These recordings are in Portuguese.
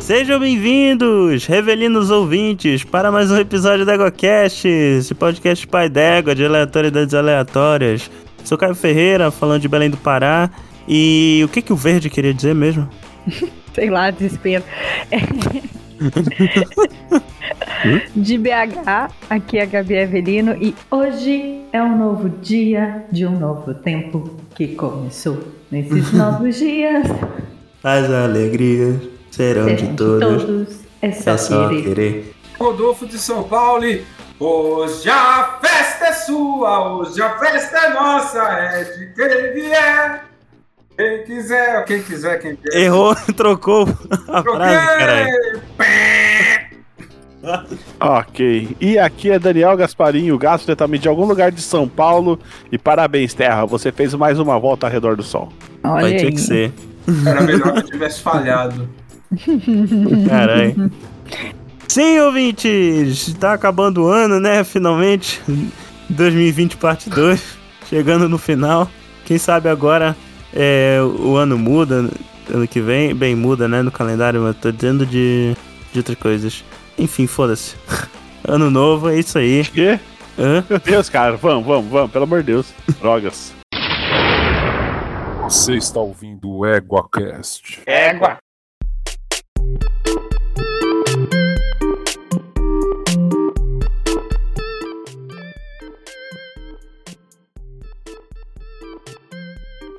Sejam bem-vindos, revelinos ouvintes, para mais um episódio da EgoCast, esse podcast pai d'égua de aleatoriedades aleatórias. Sou Caio Ferreira, falando de Belém do Pará, e o que, que o verde queria dizer mesmo? Sei lá, desespero. É. de BH, aqui é a Gabi Evelino e hoje é um novo dia de um novo tempo que começou. Nesses novos dias As alegrias serão serão de todos, é só, é só querer. querer. Rodolfo de São Paulo. e Hoje a festa é sua, hoje a festa é nossa, é de quem vier. Quem quiser, quem quiser, quem quiser. Errou, trocou a frase, caralho. Ok. E aqui é Daniel Gasparinho, o gasto diretamente de algum lugar de São Paulo. E parabéns, Terra, você fez mais uma volta ao redor do Sol. Olha Vai ter aí. que ser, Era melhor que eu tivesse falhado. caralho. Sim, ouvintes, tá acabando o ano, né, finalmente, 2020 parte 2, chegando no final. Quem sabe agora é, o ano muda, ano que vem, bem, muda, né, no calendário, mas tô dizendo de, de outras coisas. Enfim, foda-se. Ano novo, é isso aí. Que? Hã? Meu Deus, cara, vamos, vamos, vamos, pelo amor de Deus. Drogas. Você está ouvindo o EguaCast. Égua.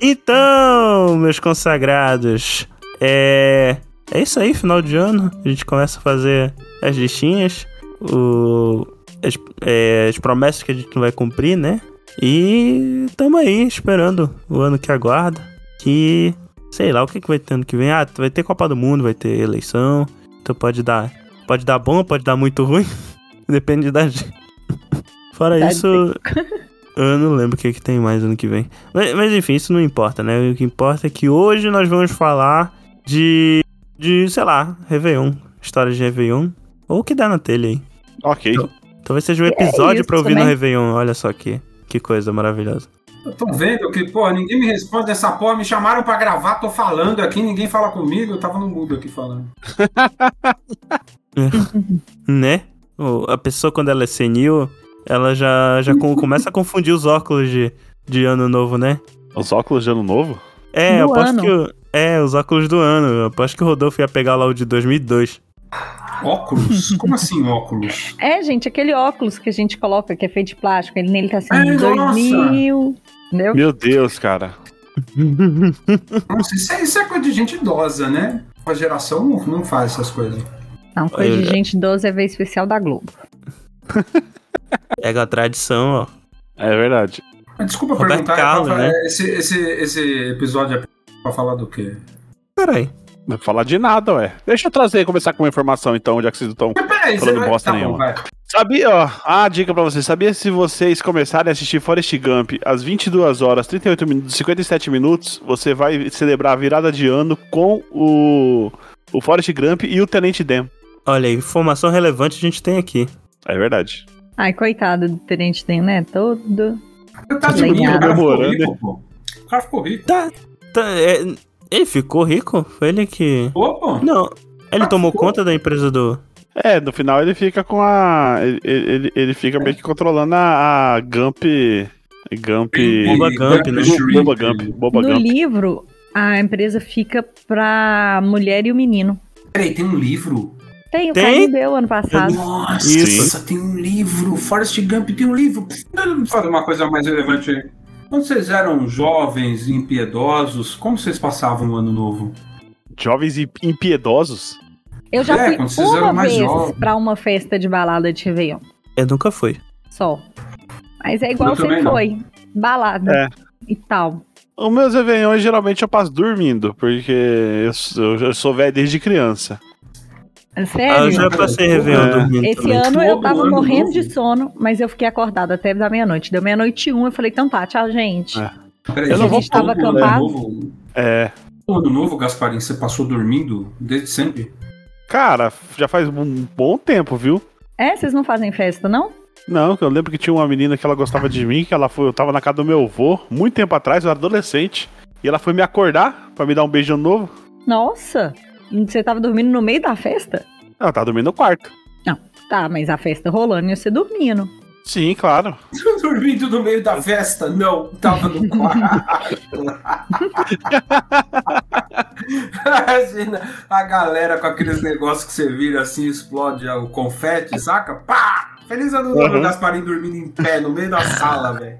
Então, meus consagrados, é. É isso aí, final de ano. A gente começa a fazer as listinhas, o, as, é, as promessas que a gente não vai cumprir, né? E tamo aí esperando o ano que aguarda. Que. Sei lá, o que, que vai ter ano que vem? Ah, vai ter Copa do Mundo, vai ter eleição. Então pode dar. Pode dar bom, pode dar muito ruim. Depende da gente. Fora Tá isso. Eu não lembro o que, que tem mais ano que vem. Mas, mas, enfim, isso não importa, né? O que importa é que hoje nós vamos falar de. de, sei lá, Réveillon. História de Réveillon. Ou o que dá na telha aí. Ok. Talvez seja um É episódio isso, pra ouvir né? no Réveillon. Olha só que, que coisa maravilhosa. Eu tô vendo que, pô, ninguém me responde essa porra. Me chamaram pra gravar, tô falando aqui, ninguém fala comigo. Eu tava no mudo aqui falando. Né? O- A pessoa, quando ela é senil, ela já, já com- começa a confundir os óculos de, de ano novo, né? Os óculos de ano novo? É, Do eu aposto ano. que. o- é, os óculos do ano. Eu aposto que o Rodolfo ia pegar lá o de 2002. Óculos? Como assim óculos? É, gente, aquele óculos que a gente coloca, que é feito de plástico, ele nele tá sendo Ai, em nossa. 2000. Entendeu? Meu Deus, cara. Nossa, isso é, isso é coisa de gente idosa, né? A geração não, não faz essas coisas. Não, coisa de Olha. gente 12 é vez especial da Globo. Pega É a tradição, ó. É verdade. Desculpa Roberto perguntar, Carlos, é pra- né? esse, esse, esse episódio é pra falar do quê? Peraí. Não vou falar de nada, ué. Deixa eu trazer, começar com uma informação então, já que vocês estão. Mas peraí, Falando vai- bosta tá bom, nenhuma. vai. Sabia, ó, ah, dica pra vocês. Sabia se vocês começarem a assistir Forrest Gump às 22 horas, 38 minutos, e 57 minutos, você vai celebrar a virada de ano com o, o Forrest Gump e o Tenente Dan. Olha, informação relevante a gente tem aqui. É verdade. Ai, coitado do Tenente Dan, né? Todo. Você tá de Legal. mim, o cara ficou Comemorando, rico, pô. O cara ficou rico. Tá, é, ele ficou rico? Foi ele que. Opa! Não. Ele Ah, tomou ficou. conta da empresa do. É, no final ele fica com a. Ele, ele, ele fica meio que controlando a, a Gump. Gump. Boba Gump, um né? Boba Gump. Boba no Gump. livro, a empresa fica pra mulher e o menino. Peraí, tem um livro? Tem, o Tem? Caio deu ano passado. Nossa, Isso. tem um livro. Forrest Gump tem um livro. Fazer uma coisa mais relevante aí. Quando vocês eram jovens e impiedosos, como vocês passavam o ano novo? Jovens e impiedosos. Eu já É, fui quando vocês eram uma mais vez jovens. pra uma festa de balada de Réveillon. Eu nunca fui. Só. Mas é igual Eu você também não. foi. Balada. É. E tal. Os meus Réveillões geralmente eu passo dormindo, porque eu, sou- eu sou velho desde criança. Ah, É eu Sério? já passei Réveillon É. dormindo Esse também. ano Todo eu tava ano morrendo novo. de sono, mas eu fiquei acordada até da meia-noite. Deu meia-noite e um, eu falei, então tá, tchau, gente. É. Peraí, Eu não vou- gente, todo Tava ano acampado. novo- É. todo Ano novo, Gasparinho, você passou dormindo desde sempre? Cara, já faz um bom tempo, viu? É, vocês não fazem festa, não? Não, que eu lembro que tinha uma menina que ela gostava de mim, que ela foi, eu tava na casa do meu avô, muito tempo atrás, eu era adolescente, e ela foi me acordar pra me dar um beijão novo. Nossa! Você tava dormindo no meio da festa? Ela tá dormindo no quarto. Tá, mas a festa rolando e você dormindo. Sim, claro. Dormindo no meio da festa? Não, tava no quarto. Imagina a galera com aqueles negócios que você vira assim, explode o confete, saca? Pá! Feliz ano novo, Uhum. Gasparim dormindo em pé no meio da sala, velho.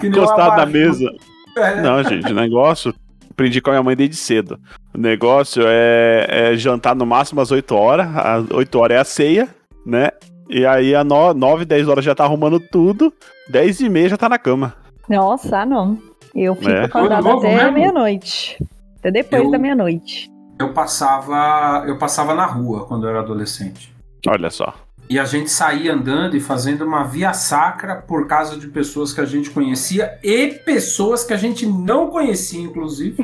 Que nem um Encostado na abajur. mesa. É. Não, gente, o negócio. Aprendi com a minha mãe desde cedo. O negócio é, é jantar no máximo às 8 horas. Às 8 horas é a ceia, né? E aí às 9, 10 horas já tá arrumando tudo. 10 e meia já tá na cama. Nossa, ah, não. Eu fico É. acordada Ano novo até mesmo? meia-noite. Até depois Eu- da meia-noite. Eu passava, eu passava na rua quando eu era adolescente. Olha só. E a gente saía andando e fazendo uma via sacra por causa de pessoas que a gente conhecia e pessoas que a gente não conhecia, inclusive.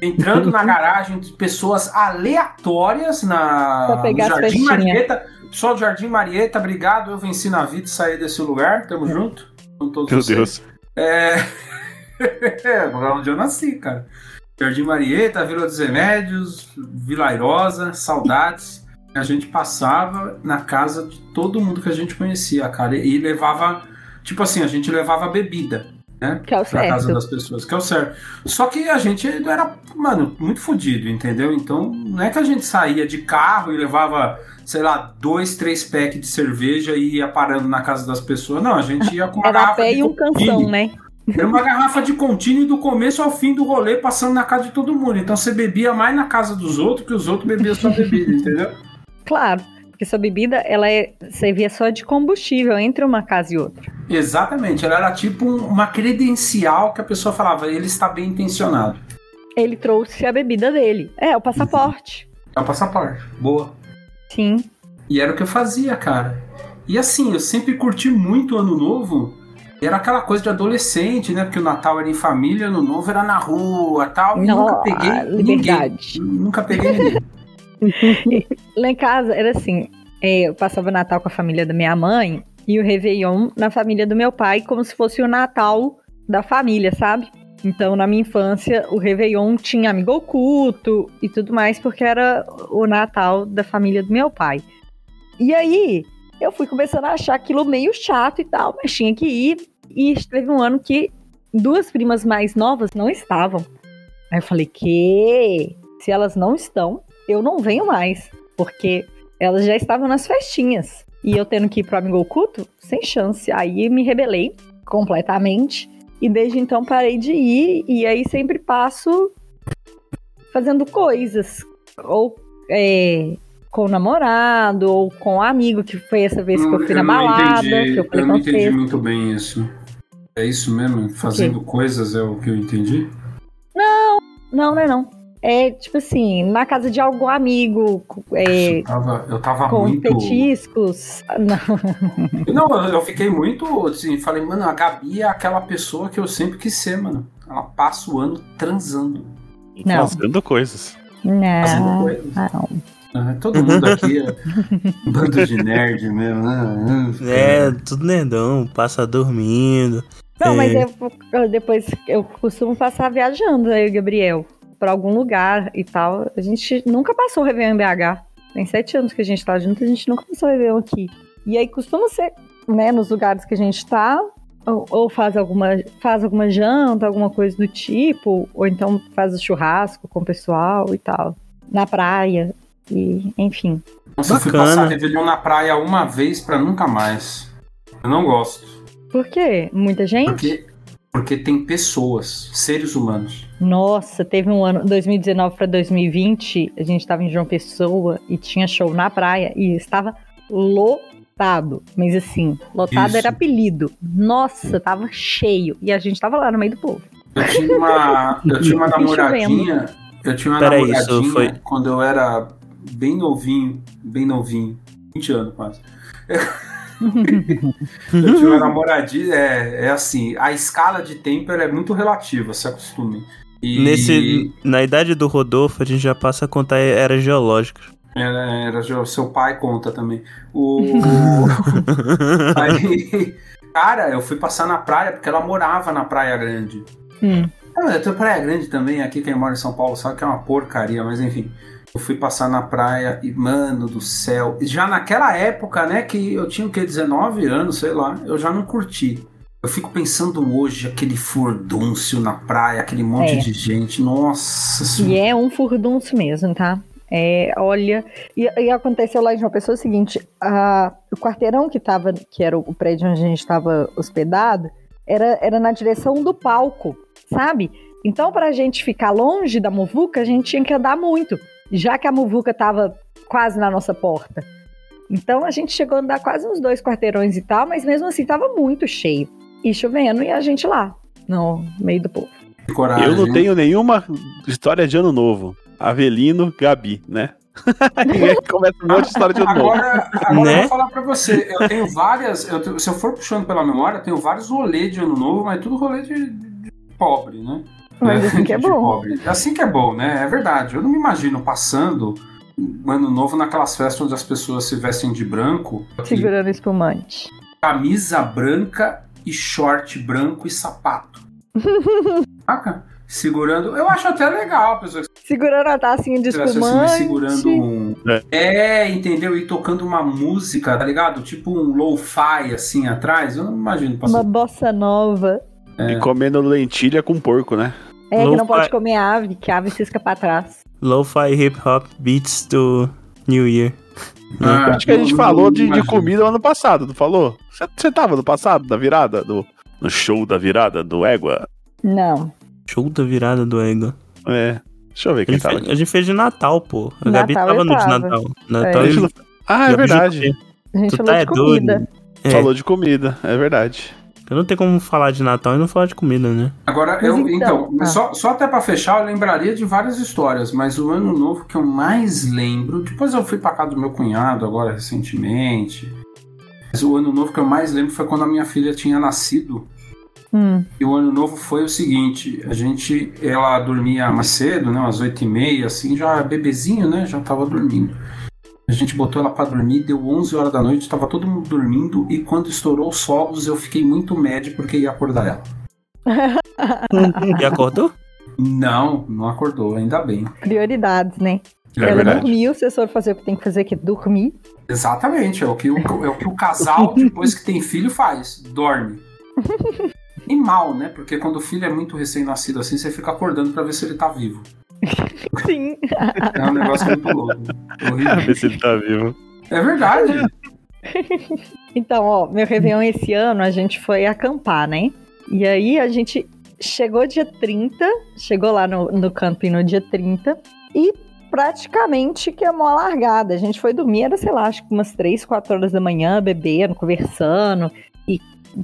Entrando na garagem de pessoas aleatórias na, Pra pegar no as Jardim festinhas. Marieta. Só do Jardim Marieta, obrigado. Eu venci na vida e saí desse lugar. Tamo É. junto. Com todos Meu vocês. Deus. É. é lugar onde eu nasci, cara. Jardim Marieta, Vila dos Remédios, Vila Airosa, saudades. A gente passava na casa de todo mundo que a gente conhecia, cara. E levava. Tipo assim, a gente levava bebida Que é o pra casa certo. das pessoas, que é o certo. Só que a gente era, mano, muito fodido, entendeu? Então, não é que a gente saía de carro e levava, sei lá, dois, três packs de cerveja e ia parando na casa das pessoas. Não, a gente ia com uma Era garrafa pé de e um Contini. canção, né? Era É uma garrafa de contínuo do começo ao fim do rolê, passando na casa de todo mundo. Então você bebia mais na casa dos outros que os outros bebiam sua bebida, entendeu? Claro. Porque sua bebida, ela é- servia só de combustível entre uma casa e outra. Exatamente, ela era tipo um- uma credencial que a pessoa falava, ele está bem intencionado. Ele trouxe a bebida dele. É, o passaporte. É o passaporte. Boa. Sim. E era o que eu fazia, cara. E assim, eu sempre curti muito o Ano Novo. Era aquela coisa de adolescente, né? Porque o Natal era em família, Ano Novo era na rua tal. E nunca Não, peguei a ninguém. liberdade. Nunca peguei ninguém. Lá em casa era assim: é, eu passava o Natal com a família da minha mãe e o Réveillon na família do meu pai, como se fosse o Natal da família, sabe? Então, na minha infância, o Réveillon tinha amigo oculto e tudo mais, porque era o Natal da família do meu pai. E aí, eu fui começando a achar aquilo meio chato e tal, mas tinha que ir. E teve um ano que duas primas mais novas não estavam. Aí eu falei, que? Se elas não estão, eu não venho mais, porque elas já estavam nas festinhas. E eu tendo que ir pro amigo oculto, sem chance. Aí me rebelei completamente. E desde então parei de ir. E aí sempre passo fazendo coisas. Ou é, com o namorado, ou com o amigo, que foi essa vez que eu fui na balada. que eu falei não com Hum, entendi você. muito bem isso. É isso mesmo? Fazendo coisas é o que eu entendi? Não, não é não. É tipo assim, na casa de algum amigo, é, eu tava, eu tava com muito. petiscos. Não, Não, eu eu fiquei muito assim, falei, mano, a Gabi é aquela pessoa que eu sempre quis ser, mano. Ela passa o ano transando. Não. Então, Fazendo coisas. Fazendo Ah, não. coisas. não. Ah, Todo mundo aqui é um bando de nerd mesmo. né? É, tudo nerdão, passa dormindo. Não, mas É. eu- eu depois eu costumo passar viajando aí, Gabriel, pra algum lugar e tal. A gente nunca passou o Réveillon em BH. Tem sete anos que a gente tá junto, a gente nunca passou o Réveillon aqui. E aí costuma ser, né, nos lugares que a gente tá, ou, ou faz, alguma, faz alguma janta, alguma coisa do tipo, ou então faz o churrasco com o pessoal e tal. Na praia. E, enfim. Nossa, eu fui Bacana. passar Réveillon na praia uma vez pra nunca mais. Eu não gosto. Por quê? Muita gente? Porque, porque tem pessoas, seres humanos. Nossa, teve um ano, 2019 para 2020, a gente tava em João Pessoa e tinha show na praia e estava lotado. Mas assim, lotado Isso. era apelido. Nossa, tava cheio. E a gente tava lá no meio do povo. Eu tinha uma, eu tinha uma Tá namoradinha. Eu tinha uma Peraí, namoradinha isso foi- quando eu era bem novinho, bem novinho, 20 anos quase. Eu tinha uma namoradinha, é, é assim, a escala de tempo ela é muito relativa, se acostume. E Nesse, na idade do Rodolfo, a gente já passa a contar eras geológicas. Era, é, era jo- seu pai conta também. O aí, cara, eu fui passar na praia porque ela morava na Praia Grande. Hum. Não, eu tenho Praia é Grande também, aqui quem mora em São Paulo sabe que é uma porcaria, mas enfim. Eu fui passar na praia e, mano do céu. Já naquela época, né, que eu tinha o quê? 19 anos, sei lá, eu já não curti. Eu fico pensando hoje aquele furdúncio na praia, aquele monte É. de gente. Nossa E senhora. é um furdunço mesmo, tá? É, olha. E, e aconteceu lá em João Pessoa o seguinte: a- o quarteirão que tava, que era o prédio onde a gente estava hospedado, era, era na direção do palco, sabe? Então, pra gente ficar longe da muvuca, a gente tinha que andar muito, já que a muvuca tava quase na nossa porta. Então, a gente chegou a andar quase uns dois quarteirões e tal, mas mesmo assim tava muito cheio. E chovendo, e a gente lá, no meio do povo. Que coragem. Eu não hein? tenho nenhuma história de ano novo. Avelino, Gabi, né? e aí começa um monte de história de ano novo. Agora, agora Né? eu vou falar pra você. Eu tenho várias. eu tenho- se eu for puxando pela memória, eu tenho vários rolês de ano novo, mas tudo rolê de, de pobre, né? Mas assim que é De bom. pobre. Assim que é bom, né? É verdade. Eu não me imagino passando um ano novo naquelas festas onde as pessoas se vestem de branco, Segurando espumante. camisa branca e short branco e sapato. Saca? Segurando. Eu acho até legal a pessoa Segurando a tacinha de tivesse espumante. assim, me segurando um. É. É. entendeu? E tocando uma música, tá ligado? Tipo um lo-fi assim atrás. Eu não imagino Uma passando. bossa nova. E comendo lentilha com porco, né? É, que Lo-fi. não pode comer ave, que a ave cisca pra trás. Lo-fi hip hop beats do New Year. Ah, Acho que É, a gente eu falou não de, de imagino. comida ano passado, não falou? Você- Você tava no passado, da virada? Do, no show da virada do Égua? Não. Show da virada do Ego. É. Deixa eu ver A quem gente, tava fez, aqui. a gente fez de Natal, pô. A Natal Gabi tava eu no de tava. Natal. Natal A gente não- e- Ah, é eu- verdade. A gente Tu falou tá é de comida. doido. É, Falou de comida, é verdade. eu não tenho como falar de Natal e não falar de comida, né? Agora, Mas eu, então, então, tá. só, só até pra fechar, eu lembraria de várias histórias, mas o ano novo que eu mais lembro. Depois eu fui pra casa do meu cunhado agora recentemente. Mas o ano novo que eu mais lembro foi quando a minha filha tinha nascido. Hum. E o ano novo foi o seguinte, a gente, ela dormia mais cedo, né, umas oito e meia, assim, já bebezinho, né, já tava dormindo. A gente botou ela pra dormir, deu 11 horas da noite, tava todo mundo dormindo, e quando estourou os fogos, eu fiquei muito médio porque ia acordar ela. E acordou? Não, não acordou, ainda bem. Prioridades, né? É Ela verdade. dormiu, o assessor fazer o que tem que fazer, que é dormir. Exatamente, é o que o, é o, que o casal, depois que tem filho, faz, dorme. E mal, né, porque quando o filho é muito recém-nascido assim, você fica acordando pra ver se ele tá vivo. Sim. É um negócio muito louco. né? Ah, Horrível. ver se ele tá vivo. É verdade. Então, ó, meu Réveillon esse ano a gente foi acampar, né? E aí a gente chegou dia 30, chegou lá no, no camping no dia 30 e praticamente que é mó largada. A gente foi dormir, era, sei lá, acho que umas 3, 4 horas da manhã, bebendo, conversando e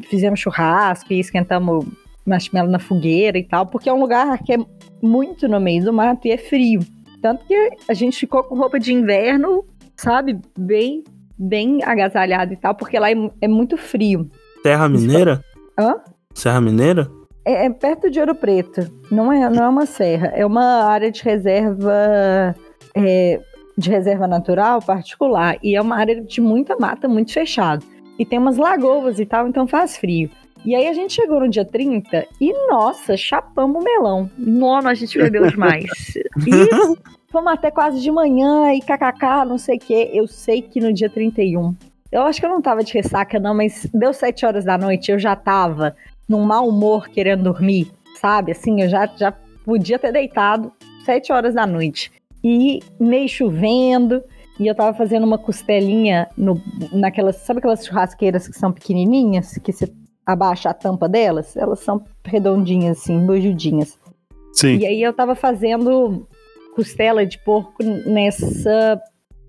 fizemos churrasco e esquentamos marshmallow na fogueira e tal, porque é um lugar que é muito no meio do mato e é frio. Tanto que a gente ficou com roupa de inverno, sabe? Bem bem agasalhado e tal, porque lá é, mu- é muito frio. Serra Mineira? Hã? Serra Mineira? É, é perto de Ouro Preto. Não é, não é uma serra, é uma área de reserva é, de reserva natural particular e é uma área de muita mata, muito fechado. E tem umas lagoas e tal, então faz frio. E aí a gente chegou no dia 30 e, nossa, chapamos o melão. Nono, a gente bebeu demais. E fomos até quase de manhã e kkk, não sei o quê. Eu sei que no dia 31. Eu acho que eu não tava de ressaca, não, mas deu 7 horas da noite, eu já tava num mau humor querendo dormir, sabe? Assim, eu já, já podia ter deitado 7 horas da noite. E meio chovendo, e eu tava fazendo uma costelinha no, naquelas. Sabe aquelas churrasqueiras que são pequenininhas, que você abaixa a tampa delas? Elas são redondinhas, assim, bojudinhas. Sim. E aí eu tava fazendo costela de porco nessa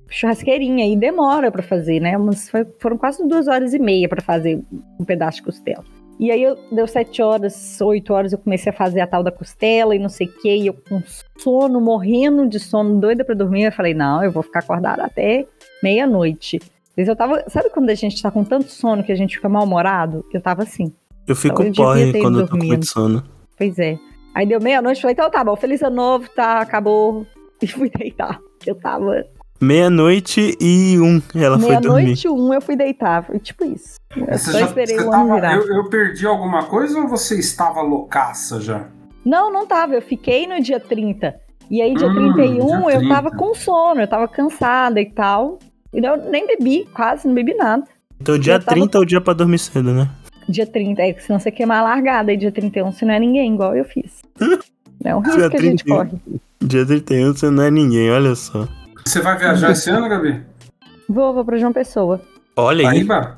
churrasqueirinha e demora pra fazer, né? Mas foi- foram quase duas horas e meia pra fazer um pedaço de costela. E aí eu, deu sete horas, oito horas, eu comecei a fazer a tal da costela e não sei o que, e eu com sono, morrendo de sono, doida pra dormir, eu falei, não, eu vou ficar acordada até meia-noite. Mas eu tava, sabe quando a gente tá com tanto sono que a gente fica mal-humorado? Eu tava assim. Eu fico Então eu devia porre ter quando eu tô com dormido. muito sono. Pois é. Aí deu meia-noite, falei, então tá bom, feliz ano novo, tá, acabou. E fui deitar. Eu tava. Meia-noite e um, ela foi dormir. Meia-noite um, eu fui deitar. Foi tipo isso. Eu Você só já- esperei você o ano tava- virar. Eu, eu perdi alguma coisa ou você estava loucaça já? Não, não tava. Eu fiquei no dia 30. E aí, dia Hum, 31, dia eu tava 30. com sono, eu tava cansada e tal. E eu nem bebi, quase não bebi nada. Então, dia Eu tava- 30 é o dia pra dormir cedo, né? Dia 30, é, senão você queimar a largada. E dia 31, se não é ninguém, igual eu fiz. É um risco Dia que a gente 31. corre. Dia 31 você não é ninguém, olha só. Você vai viajar esse ano, Gabi? Vou, vou pra João Pessoa. Olha aí. Paraíba?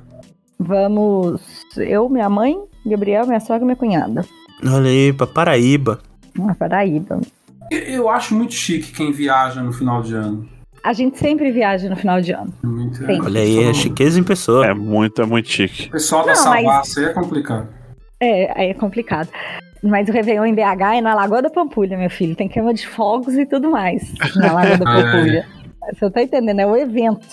Vamos, eu, minha mãe, Gabriel, minha sogra e minha cunhada. Olha aí, pra Paraíba. Ah, Paraíba. Eu acho muito chique quem viaja no final de ano. A gente sempre viaja no final de ano. Muito Sim. é, Olha aí, é chiqueza em pessoa. É muito, é muito chique. O pessoal da Não, mas- Savassi aí é complicado. É, aí é complicado. Mas o Réveillon em BH é na Lagoa da Pampulha, meu filho. Tem queima de fogos e tudo mais na Lagoa da Ah, é. Pampulha. Você tá entendendo? É o evento.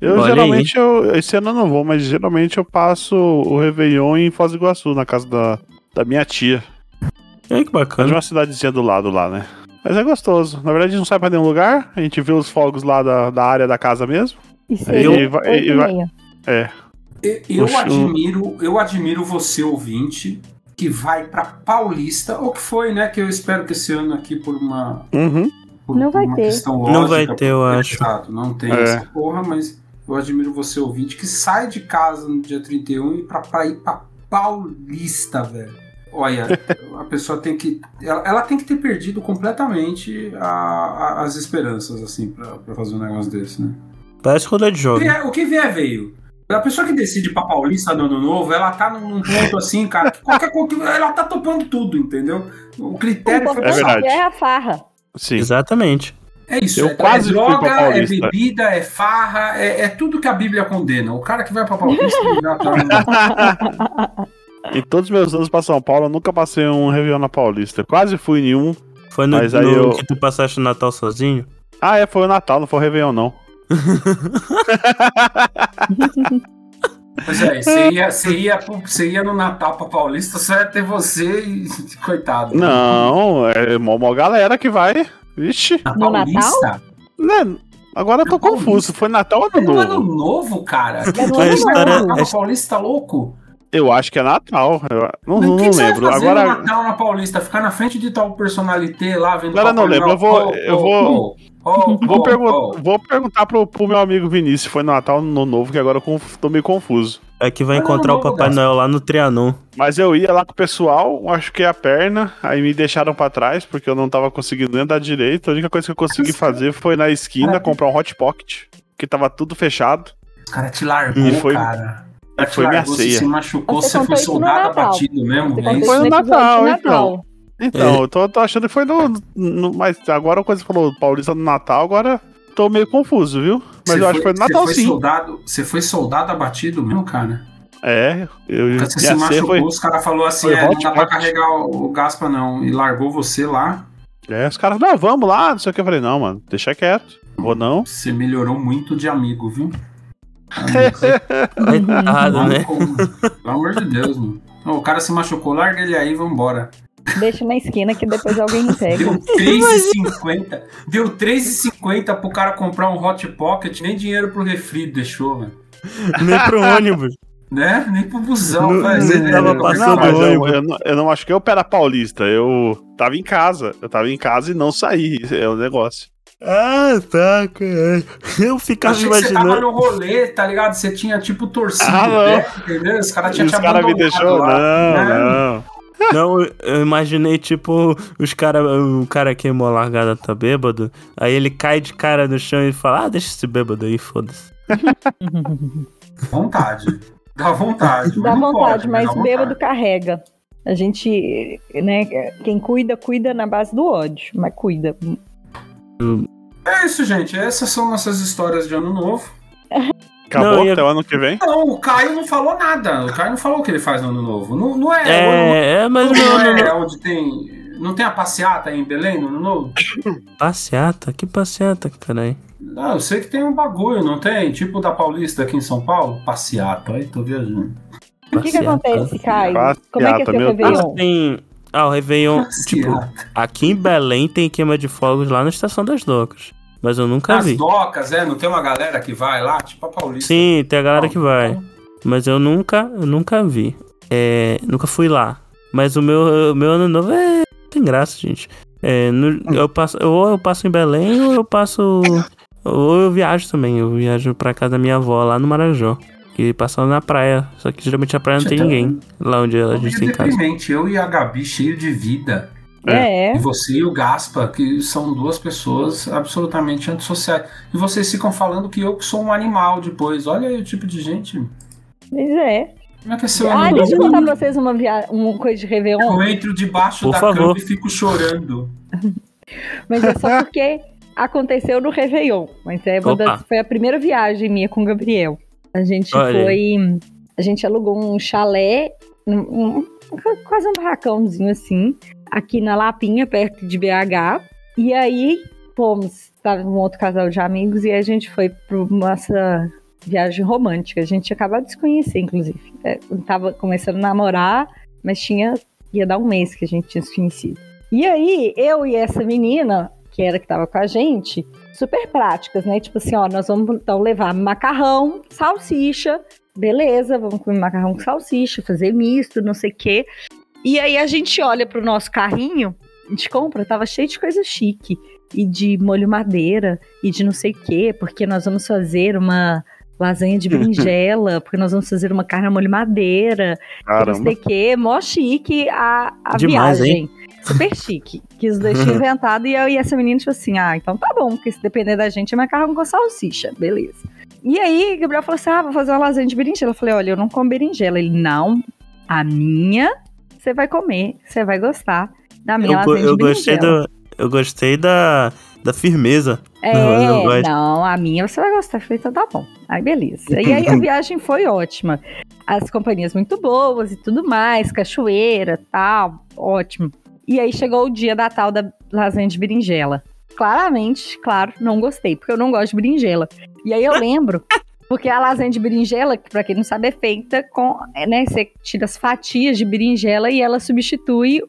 Eu Olha geralmente, eu, esse ano eu não vou, mas geralmente eu passo o Réveillon em Foz do Iguaçu, na casa da, da minha tia. Olha que É de bacana. uma cidadezinha do lado lá, né? Mas é gostoso. Na verdade, a gente não sai pra nenhum lugar, a gente vê os fogos lá da, da área da casa mesmo. É. E seria Aí vai- oito e vai- meia. E- Eu Oxum. admiro, eu admiro você, ouvinte, que vai pra Paulista, ou que foi, né? Que eu espero que esse ano aqui, por uma, Uhum. por Não vai uma ter. questão lógica. Não vai ter, eu acho. Exato, não tem É. essa porra, mas eu admiro você, ouvinte, que sai de casa no dia 31 e pra, pra ir pra Paulista, velho. Olha, a pessoa tem que. Ela, ela tem que ter perdido completamente a- a- as esperanças, assim, pra, pra fazer um negócio desse, né? Parece rolê de jogo. Vier- o que vier veio. A pessoa que decide pra Paulista no ano novo, ela tá num num ponto assim, cara, que qualquer coisa. Ela tá topando tudo, entendeu? O O critério foi é importante verdade. é a farra. Sim. Exatamente. É isso. Eu é, quase é fui droga, pra Paulista. é bebida, é farra, é, é tudo que a Bíblia condena. O cara que vai pra Paulista ele já tá no- E todos os meus anos pra São Paulo, eu nunca passei um Réveillon na Paulista. Quase fui em um. Foi no, Mas aí no eu- que tu passaste o Natal sozinho? Ah, é, foi o Natal, não foi o Réveillon, não. Mas é, você ia, você, ia, pro- você ia no Natal pra Paulista, só ia ter você e. Coitado. Não, é mó, mó galera que vai. Vixe. Na No Paulista? Né? Agora eu tô Na Paulista. confuso. Foi Natal ou É Ano no ano Novo? novo, cara. É no Você ano vai novo. pra Paulista louco? Eu acho que é Natal. Eu não, Mas não, o que não que você vai lembro. fazer Agora. no Natal na Paulista, ficar na frente de tal personalité lá vendo. Agora Papai não lembro, Noel? eu vou- eu oh, vou- oh, Vou, oh, pergun- oh. vou perguntar pro, pro meu amigo Vinícius se foi Natal ou no Novo, que agora eu conf- tô meio confuso. Aqui É vai Mas encontrar não, o Papai não. Noel lá no Trianon. Mas eu ia lá com o pessoal, machuquei a perna, aí me deixaram pra trás porque eu não tava conseguindo nem andar direito. A única coisa que eu consegui fazer foi na É. esquina comprar um Hot Pocket, que tava tudo fechado. Os caras te largou, E foi- cara. Os caras te foi minha largou, você ceia. se machucou, Você você contou foi isso no soldado Natal. abatido mesmo. Você É contou isso? Foi isso no no Natal, um episódio de Natal. Então, eu tô, tô achando que foi no, no- Mas agora a coisa que falou Paulista no Natal, agora tô meio confuso, viu? Mas Você eu acho que foi no Natal você sim. Soldado, você foi soldado abatido mesmo, cara? É, eu Você minha se ceia machucou, foi. os caras falaram assim: foi é, não hot dá pra pot. carregar o, o Gaspa não. E largou você lá. É, os caras, não, vamos lá, não sei o que. Eu falei, não, mano, deixa quieto. Vou não. Você melhorou muito de amigo, viu? Retardado, né? Vamos com- Pelo amor de Deus, mano. Não, o cara se machucou, larga ele aí e vambora. Deixa na esquina que depois alguém pega. Deu 3,50. Deu 3,50 pro cara comprar um Hot Pocket, nem dinheiro pro refri deixou, velho. Nem pro ônibus. Né? Nem pro busão, Não- velho. não Você- tava é, passando Não, mas do eu, ônibus. eu, não- eu não acho que eu era paulista. Eu tava em casa. Eu tava em casa e não saí. Isso É o negócio. Ah, tá. cara. Eu ficava Achei que você tava imaginando. no rolê, tá ligado? Você tinha tipo torcido, Ah, não. né? entendeu? Os caras tinham Os te caras me abandonado deixou. lá, Não, né? um não. Não, eu- eu imaginei, tipo, os cara, o cara queimou a largada, tá bêbado. Aí ele cai de cara no chão e fala: Ah, deixa esse bêbado aí, foda-se. Vontade. Dá vontade. mas Dá não vontade, pode, mas dá vontade. bêbado carrega. A gente, né, quem cuida, cuida na base do ódio, mas cuida. É isso, gente. Essas são nossas histórias de ano novo. Acabou Não, e- até o ano que vem. Não, o Caio não falou nada. O Caio não falou o que ele faz no ano novo. Não, não é, ano- É, é, mas não, não, não, é onde tem. Não tem a passeata em Belém no ano novo? é. Passeata? Que passeata, caralho? Não, eu sei que tem um bagulho, não tem? Tipo da Paulista aqui em São Paulo? Passeata, aí tô viajando. O Tá que, que acontece, Caio? Passeata, Como é que é seu meu Ah, Réveillon? tem. Ah, o Réveillon. Tipo, Passeata. aqui em Belém tem queima de fogos lá na Estação das Docas. Mas eu nunca Nas vi. docas, é? Não tem uma galera que vai lá? Tipo a Paulista. Sim, tem a galera que vai. Mas eu nunca, eu nunca vi. É, nunca fui lá. Mas o meu, o meu ano novo é Tem graça, gente. É, no- eu passo, ou eu passo em Belém, ou eu passo. Ou eu viajo também. Eu viajo pra casa da minha avó, lá no Marajó. E passando na praia. Só que geralmente a praia não tem Então, ninguém. Lá onde a Como gente é tem casa. deprimente, eu e a Gabi cheio de vida. É. E você e o Gaspa, que são duas pessoas absolutamente antissociais. E vocês ficam falando que eu que sou um animal depois. Olha aí o tipo de gente. Pois é. Como é que é seu Ah, animal? deixa eu contar pra vocês uma, via... uma coisa de Réveillon. Eu entro debaixo Por da favor. cama e fico chorando. Mas é só porque aconteceu no Réveillon. Mas é uma Opa. das- foi a primeira viagem minha com o Gabriel. A gente Olha foi. A gente alugou um chalé, um- um- quase um barracãozinho assim, aqui na Lapinha, perto de BH. E aí fomos, estava um outro casal de amigos, e a gente foi para nossa viagem romântica. A gente tinha acabado de se conhecer, inclusive. É, tava começando a namorar, mas tinha. ia dar um mês que a gente tinha se conhecido. E aí, eu e essa menina, que era que tava com a gente, super práticas, né? Tipo assim, ó, nós vamos então levar macarrão, salsicha, beleza, vamos comer macarrão com salsicha, fazer misto, não sei o quê. E aí a gente olha pro nosso carrinho, a gente compra, tava cheio de coisa chique, e de molho madeira, e de não sei o quê, porque nós vamos fazer uma lasanha de berinjela, porque nós vamos fazer uma carne a molho madeira, não Caramba. sei o quê, mó chique a, a Demais, viagem. Super chique. Que os dois tinham inventado e eu e essa menina, tipo assim, ah, então tá bom, porque se depender da gente é macarrão com salsicha, beleza. E aí, Gabriel falou assim, ah, vou fazer uma lasanha de berinjela. Eu falei, olha, eu não como berinjela. Ele, não, a minha você vai comer, você vai gostar da minha Eu, go- lasanha de eu berinjela. gostei do. Eu gostei da. Da firmeza. É, Não, eu não, gosto. a minha você vai gostar. Eu falei, então tá bom. Aí beleza. E aí a viagem foi ótima. As companhias muito boas e tudo mais, cachoeira tal, ótimo. E aí chegou o dia da tal da lasanha de berinjela. Claramente, claro, não gostei, porque eu não gosto de berinjela. E aí eu lembro, porque a lasanha de berinjela, que pra quem não sabe, é feita com, é, né, você tira as fatias de berinjela e ela substitui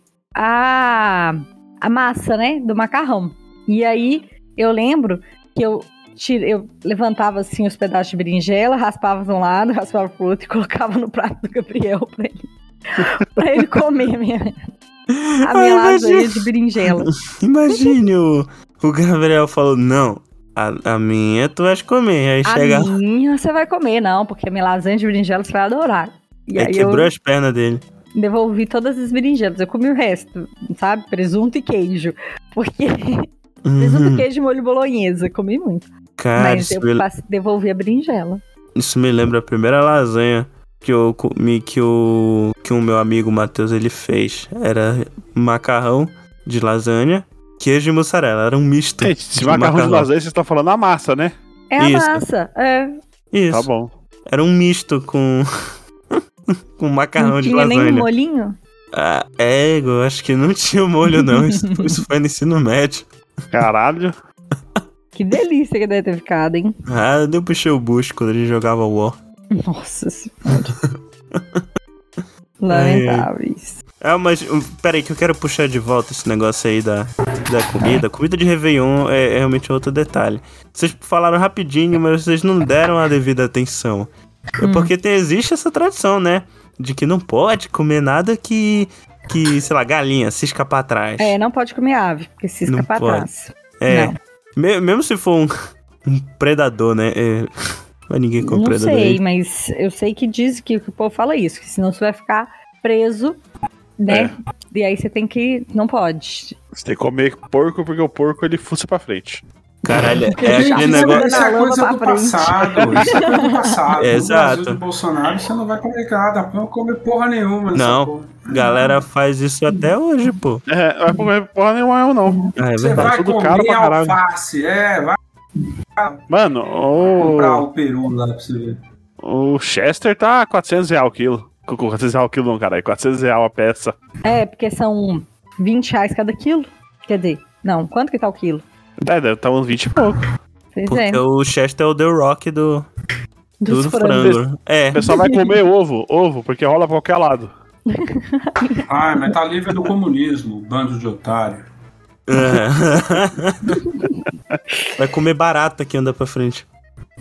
a, a massa, né, do macarrão. E aí eu lembro que eu, tira, eu levantava assim os pedaços de berinjela, raspava de um lado, raspava pro outro e colocava no prato do Gabriel pra ele, pra ele comer a minha, a minha Ai, lasanha imagina. de berinjela. Imagine o, o Gabriel falou: Não, a, a minha tu vais comer. Aí A chega. minha você vai comer, não, porque a minha lasanha de berinjela você vai adorar. E aí aí É, quebrou eu as pernas dele. devolvi todas as berinjelas, eu comi o resto, sabe? Presunto e queijo. Porque Uhum. presunto, queijo e molho bolonhesa, comi muito. Cara, mas isso eu me, passe- devolvi a berinjela. isso me lembra a primeira lasanha que eu comi que o que o meu amigo Matheus ele fez. Era macarrão de lasanha, queijo e mussarela. Era um misto. Gente, esse macarrão de lasanha, vocês estão falando a massa, né? É a Isso. massa, é. Isso. Tá bom. Era um misto com com macarrão não de tinha nem lasanha. molinho? Ah, é, eu acho que não tinha molho não. Isso, isso foi no ensino médio. Caralho. Que delícia que deve ter ficado, hein? Ah, eu puxei o bucho quando ele jogava War. Nossa senhora. Lamentáveis. Ah, mas um, peraí que eu quero puxar de volta esse negócio aí da, da comida. Comida de Réveillon é, é realmente outro detalhe. Vocês falaram rapidinho, mas vocês não deram a devida atenção. É Hum. porque tem- existe essa tradição, né? De que não pode comer nada que, que sei lá, galinha, cisca pra trás. É, não pode comer ave, porque cisca Não pra pode. trás. É, não, me- mesmo se for um, um predador, né? É, mas ninguém com não predador. sei, aí. mas eu sei que diz que, que o povo fala é isso, que senão você vai ficar preso, né? É. E aí você tem que. Não pode. Você tem que comer porco porque o porco ele fuça pra frente. Caralho, é aquele Já fiz negócio. uma Isso é Na coisa lama tá do pra frente. passado. Isso é coisa do passado. É, No Brasil exato. do Bolsonaro, você não vai comer nada. Não come porra nenhuma. nessa Não. porra. Galera faz isso até hoje, pô. É, não é comer porra nenhuma eu não. Ah, é Você verdade. vai tudo comer caro pra caralho. alface. É, vai Mano, comprar o, o peru lá pra você ver. o Chester tá 400 real o quilo. Co- co- 400 real o quilo não, caralho. 400 real a peça. É, porque são 20 reais cada quilo. Quer dizer, não, quanto que tá o quilo? É, deve tá uns 20 e pouco. Pois é. Porque o Chester é o The Rock do, do, Dos frangos. frango. É, O pessoal vai comer ovo, ovo, porque rola pra qualquer lado. Ah, mas tá livre do comunismo, bando de otário. É. Vai comer barata que anda pra frente.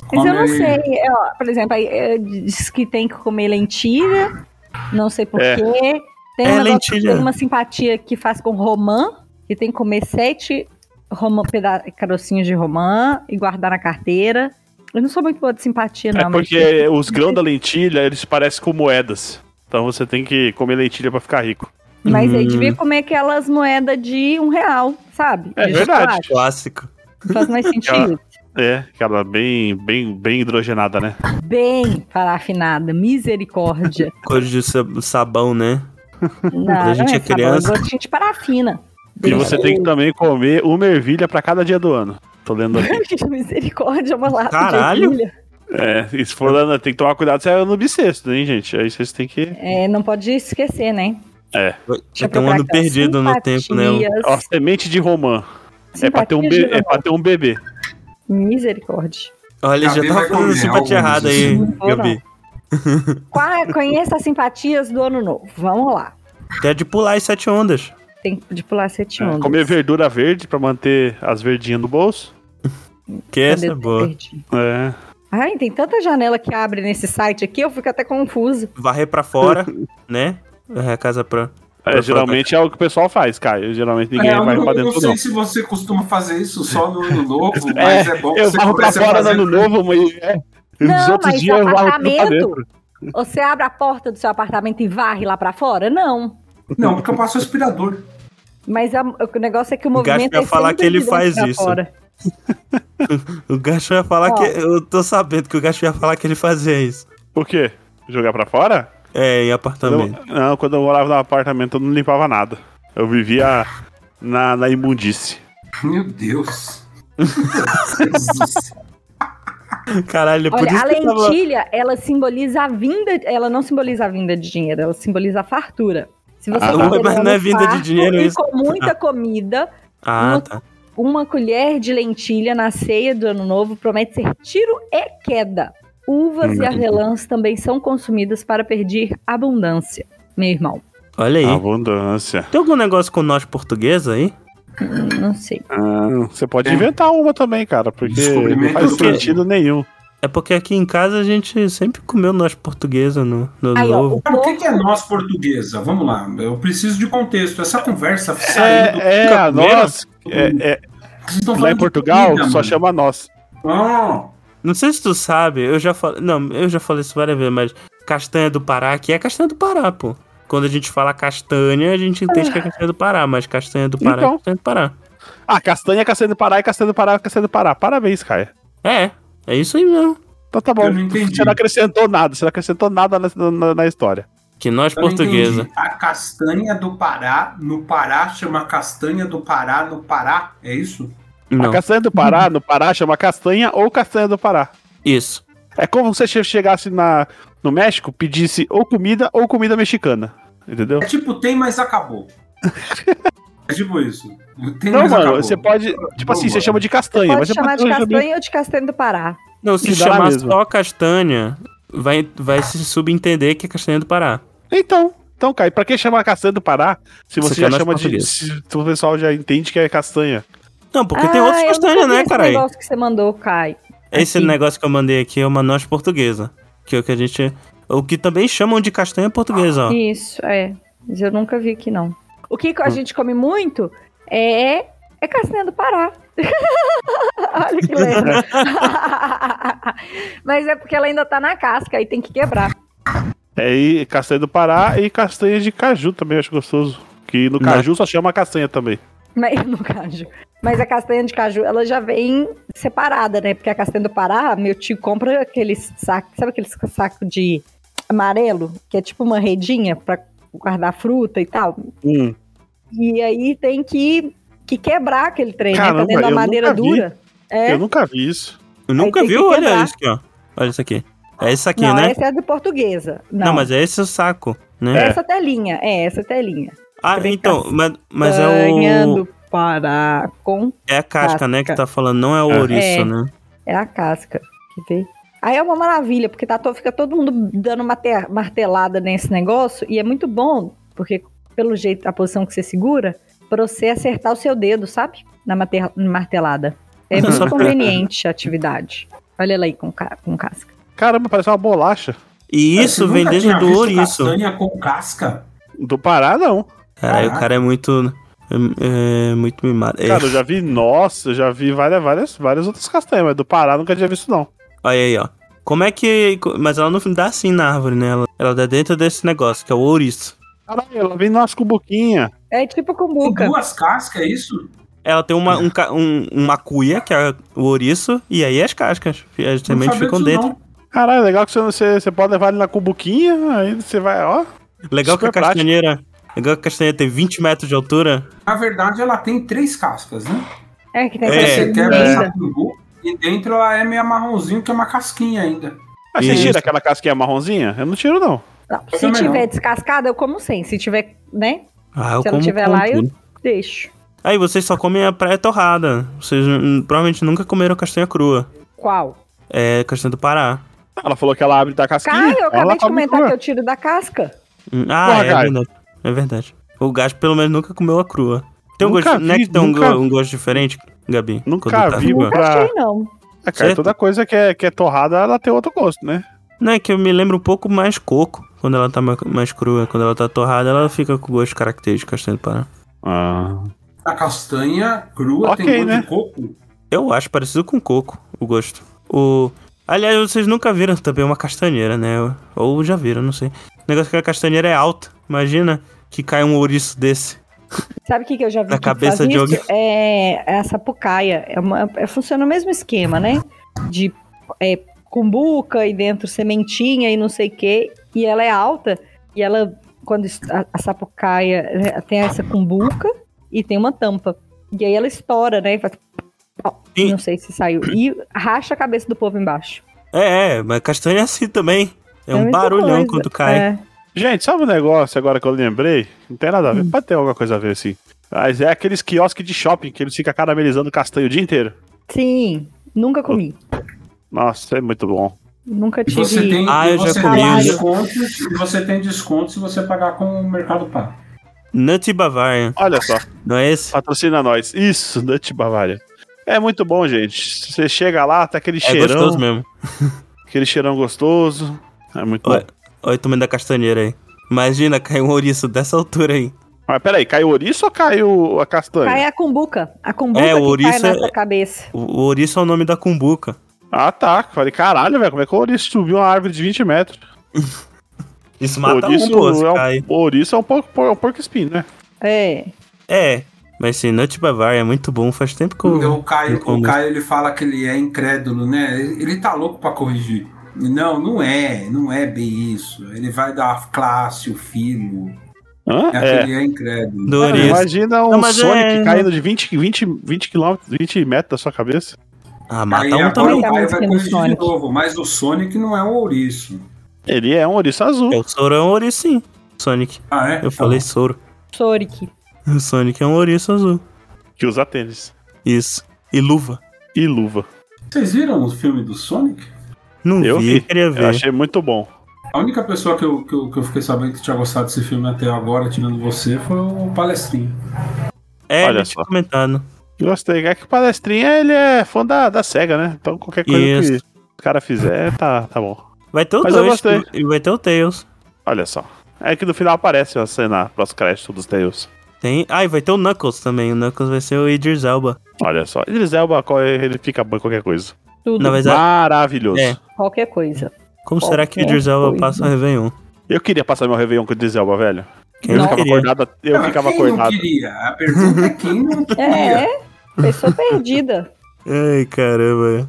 Mas Come eu não aí. sei, é, ó, por exemplo, aí, é, diz que tem que comer lentilha, não sei É. porquê, Tem, É um negócio- lentilha. tem uma simpatia que faz com romã, que tem que comer sete romã, peda- carocinhos de romã e guardar na carteira. Eu não sou muito boa de simpatia, não. É mas- porque os grãos da lentilha, eles parecem com moedas. Então você tem que comer lentilha pra ficar rico. Mas aí Hum. devia comer aquelas moedas de um real, sabe? É De verdade. chocolate. Clássico. Não faz mais sentido. É, aquela bem, bem, bem hidrogenada, né? Bem parafinada, misericórdia. Coisa de sa- sabão, né? Não, a gente não é sabão, criança. eu gosto um de gente parafina. E você tem que também comer uma ervilha pra cada dia do ano. Tô lendo aqui. Gente, misericórdia, é uma lata de Caralho. ervilha. É, e se for lendo, tem que tomar cuidado, você é no bissexto, hein, gente? Aí vocês têm que. É, não pode esquecer, né? Deixa Já tem um eu procurar ano aquelas perdido no tempo, né? simpatias. Ó, semente de romã. É pra, ter um Simpatias be- de é pra ter um bebê. Misericórdia. Olha, ele já Gabi tava vai falando comer simpatia algo, errada aí, não vou, Gabi. Qua- Conheça as simpatias do ano novo. Vamos lá. Até de pular as sete ondas. Tem de pular sete ondas. É, Comer verdura verde pra manter as verdinhas no bolso. Que Cadê essa é o boa. verde? É. Ai, tem tanta janela que abre nesse site aqui, eu fico até confusa. Varrer pra fora, né? Varrer a casa pra. É, geralmente é o que o pessoal faz, Caio. Geralmente ninguém É, eu vai não, pra eu não dentro, sei não. se você costuma fazer isso só no ano novo, mas é, bom que Eu você varro pra comece a fora no fazer ano novo, mas é. E Nos Não, outros mas dias eu varro tudo pra dentro. apartamento. Você abre a porta do seu apartamento e varre lá pra fora? Não. Não, porque eu passo aspirador. Mas a- o negócio é que o Gaspar movimento ia é falar sempre que ele de dentro faz pra isso. fora. O Gacho ia falar Ó. que. Eu tô sabendo que o Gacho ia falar que ele fazia isso. O quê? Jogar pra fora? É, em Não, apartamento. não, quando eu morava no apartamento eu não limpava nada. Eu vivia na, na imundice. Meu Deus. Meu Deus do céu. Caralho, É por Olha, isso a que eu tava- lentilha, ela simboliza a vinda, ela não simboliza a vinda de dinheiro, ela simboliza a fartura. Se você Ah, comer mas ela não é no vinda de farto dinheiro e isso. com muita comida, Ah, tá. uma colher de lentilha na ceia do ano novo promete ser tiro e queda. Uvas Hum. e avelãs também são consumidas para pedir abundância, meu irmão. Olha aí. Ah, Abundância. Tem algum negócio com nós portuguesa aí? Não sei. Ah, você pode É. inventar uma também, cara, porque não Descobrimento faz do- sentido nenhum. É porque aqui em casa a gente sempre comeu nós portuguesa no, no Aí, ó, novo. o Cara, o que povo que é nós portuguesa? Vamos lá, eu preciso de contexto. Essa conversa saiu do. É, é a nós. É, é, Vocês estão lá falando em de Portugal comida, só mano. tá chama nós. Não, Não sei se tu sabe, eu já falei. Não, eu já falei isso várias vezes, mas castanha do Pará aqui é castanha do Pará, pô. Quando a gente fala castanha, a gente entende que é castanha do Pará, mas castanha do Pará Então. é castanha do Pará. Ah, castanha, castanha do Pará, e castanha do Pará, castanha do Pará. Parabéns, Caio. É, é isso aí mesmo. Então tá bom. Eu não entendi. Você não acrescentou nada, você não acrescentou nada na, na- na história. Que nós eu não portuguesa. entendi. A castanha do Pará, no Pará chama castanha do Pará no Pará, é isso? Não, A castanha do Pará, no Pará, chama castanha ou castanha do Pará. isso. É como se você chegasse na, no México, pedisse ou comida ou comida mexicana. Entendeu? É tipo tem, mas acabou. é tipo isso. Tem, Não, mas Então, mano, acabou. você pode. Tipo assim, Vamos você lá. chama de castanha, pode mas você chamar pode de castanha ou de castanha do Pará. Não, se Me dá lá chamar mesmo. só castanha, vai, vai se subentender que é castanha do Pará. Então, então, Caio, pra que chamar castanha do Pará se Isso aqui você já é nosso chama de. português. Se, se o pessoal já entende que é castanha. Não, porque tem outras Ah, eu nunca castanhas, vi né, esse caralho? negócio que você mandou, Kai. Esse Aqui. negócio que eu mandei aqui é uma noz portuguesa. Que é o que a gente. O que também chamam de castanha portuguesa, ó. Isso, é. Mas eu nunca vi aqui, não. O que a gente come muito é, é castanha do Pará. Olha que lenda. Mas é porque ela ainda tá na casca e tem que quebrar. É e castanha do Pará e castanha de caju também, eu acho gostoso. Que no caju só chama castanha também. Mas, no caju. Mas a castanha de caju, ela já vem separada, né? Porque a castanha do Pará, meu tio compra aqueles sacos, sabe aqueles saco de amarelo? Que é tipo uma redinha pra guardar fruta e tal. Hum. E aí tem que, que quebrar aquele trem, né? Caramba, Tá dentro da eu madeira nunca vi. dura. É. Eu nunca vi isso. Eu nunca tem vi, que olha quebrar. isso aqui, ó. Olha isso aqui. É isso aqui, não, né? essa é a do portuguesa. Não, Não. mas é esse o saco, né? essa telinha, é essa telinha. Ah, Também então, casca. mas, mas é Castanha o. do Pará com É a casca, né, que casca. tá falando, não é o É. ouriço, É. né? é a casca, que vê. Aí é uma maravilha, porque tá to- fica todo mundo dando mate- martelada nesse negócio e é muito bom, porque pelo jeito a posição que você segura, pra você acertar o seu dedo, sabe? Na mater- martelada. É muito conveniente a atividade. Olha ela aí com, ca- com casca. Caramba, parece uma bolacha. E isso Você vem nunca dentro tinha do visto ouriço. Castanha com casca? Do Pará, não. Caralho, o Caraca. cara é muito. É, é muito mimado. É. Ah. Cara, eu já vi, nossa, eu já vi várias, várias, várias outras castanhas, mas do Pará nunca tinha visto, não. Olha aí, ó. Como é que. Mas ela não dá assim na árvore, né? Ela, ela dá dentro desse negócio, que é o ouriço. Caralho, ela vem nas cubuquinhas. É tipo cumbuca. Duas cascas, é isso? Ela tem É. uma, um ca- um- uma cuia, que é o ouriço, e aí as cascas. As Não sementes sabia ficam disso, dentro. não. Caralho, é legal que você, você, você pode levar ele na cubuquinha, aí você vai, ó. Legal que a Super prático. castanheira. Legal que a castanheira tem 20 metros de altura. Na verdade, ela tem três cascas, né? É que tem É, essa você coisa quebra linda. essa cubu e dentro ela é meio marronzinho, que é uma casquinha ainda. Mas você Isso. tira aquela casquinha marronzinha? Eu não tiro, não. Não, Eu se também tiver não. descascada, eu como sem. Se tiver, né? Ah, eu Se ela como tiver com lá, eu- tudo. Deixo. Aí vocês só comem a praia torrada. Vocês hum, provavelmente nunca comeram castanha crua. Qual? É castanha do Pará. Ela falou que ela abre da casquinha. Caio, eu acabei ela de come comentar crua. que eu tiro da casca. Hum, Ah, Porra, é Gaio. verdade. É verdade. O gajo pelo menos nunca comeu a crua. Tem um Nunca gosto, né, vi, que tem um, nunca go- um gosto diferente, Gabi? Nunca Quando tá vi. viva? Nunca Pra- achei, não. É, cara, Certo. toda coisa que é, que é torrada, ela tem outro gosto, né? Não, é que eu me lembro um pouco mais coco quando ela tá ma- mais crua. Quando ela tá torrada, ela fica com o gosto característico de castanha do Pará. Ah. A castanha crua Ok, tem gosto né? de coco. Eu acho parecido com coco o gosto. O... Aliás, vocês nunca viram também uma castanheira, né? Ou já viram, não sei. O negócio é que a castanheira é alta. Imagina que cai um ouriço desse. Sabe o que, que eu já vi? Na que cabeça faz de isso? alguém. É a sapucaia. É uma- é- funciona o mesmo esquema, né? De é, cumbuca e dentro sementinha e não sei o quê. E ela é alta. E ela, quando es- a, a sapucaia né, tem essa cumbuca e tem uma tampa. E aí ela estoura, né? E faz- Ó, Sim. Não sei se saiu. E racha a cabeça do povo embaixo. É, é, mas castanha é assim também. É, a um mesma barulhão coisa. quando cai. É. Gente, sabe um negócio agora que eu lembrei? Não tem nada a ver, pode ter alguma coisa a ver, assim. Mas é aqueles quiosques de shopping que eles ficam caramelizando castanho o dia inteiro. Sim, nunca comi. Nossa, é muito bom. Nunca E tive. você tem, Ah, eu e você já comi, tem eu já- descontos, e você tem desconto se você pagar com o Mercado Pago. Nutty Bavarian, Olha só, não é esse? patrocina nós. Isso, Dutch Bavária. É muito bom, gente. Você chega lá, tá aquele É cheirão, gostoso mesmo. aquele cheirão gostoso. É muito bom. Olha, olha o tamanho da castanheira aí. Imagina, cai um ouriço dessa altura aí. Mas peraí, caiu o ouriço ou caiu a castanha? Cai a cumbuca. A cumbuca É, o que cai ouriço na sua é- cabeça. O, o ouriço é o nome da cumbuca. Ah, tá. Falei, caralho, velho, como é que o ouriço subiu uma árvore de 20 metros? Isso mata um, ouriço pô, se é um, cai. ouriço é um porco, é um porco espinho, né? É. É, mas sim, Nutty Bavarian é muito bom. Faz tempo que eu... Então, O Caio, eu o como. Caio ele fala que ele é incrédulo, né? Ele ele tá louco pra corrigir. Não, não é, não é bem isso. Ele vai dar a classe, o filho. Hã? É, É. que ele é incrédulo. Do Cara, ouriço. imagina um Não, mas Sonic é- caindo de 20, 20, 20 km, 20 metros da sua cabeça. Ah, mata Aí um agora também. o Caio Tá muito vai bem no corrigir de Sonic. novo, mas o Sonic não é um ouriço. Ele é um ouriço azul. É, o Soro é um ouriço, sim. Sonic. Ah, é? Eu Tá falei Soro. Soric. O Sonic é um ouriço azul. Que usa tênis. Isso. E luva. E luva. Vocês viram o filme do Sonic? Não Eu vi, vi. queria ver. Eu achei muito bom. A única pessoa que eu, que, eu, que eu fiquei sabendo que tinha gostado desse filme até agora, tirando você, foi o Palestrinho. É, Olha ele tinha só. comentado. Gostei. É que o palestrinha ele é fã da, da SEGA, né? Então qualquer coisa Isso. que o cara fizer, tá, tá bom. Vai ter o Mas eu 2 gostei. e vai ter o Tails. Olha só. É que no final aparece a cena pós-crédito dos Tails. Tem... Ah, e vai ter o Knuckles também. O Knuckles vai ser o Idris Elba. Olha só. Idris Elba, qual- é, ele fica bom em qualquer coisa. Tudo. Na verdade, Maravilhoso. É. Qualquer coisa. como será é? que o Qualquer Idris Elba coisa. passa o Réveillon? Eu queria passar meu Réveillon com o Idris Elba, velho. Quem é eu Não. não ficava queria? acordado. Eu Ah, ficava quem acordado. não queria? A pergunta é quem não queria. É, pessoa perdida. Ai, caramba.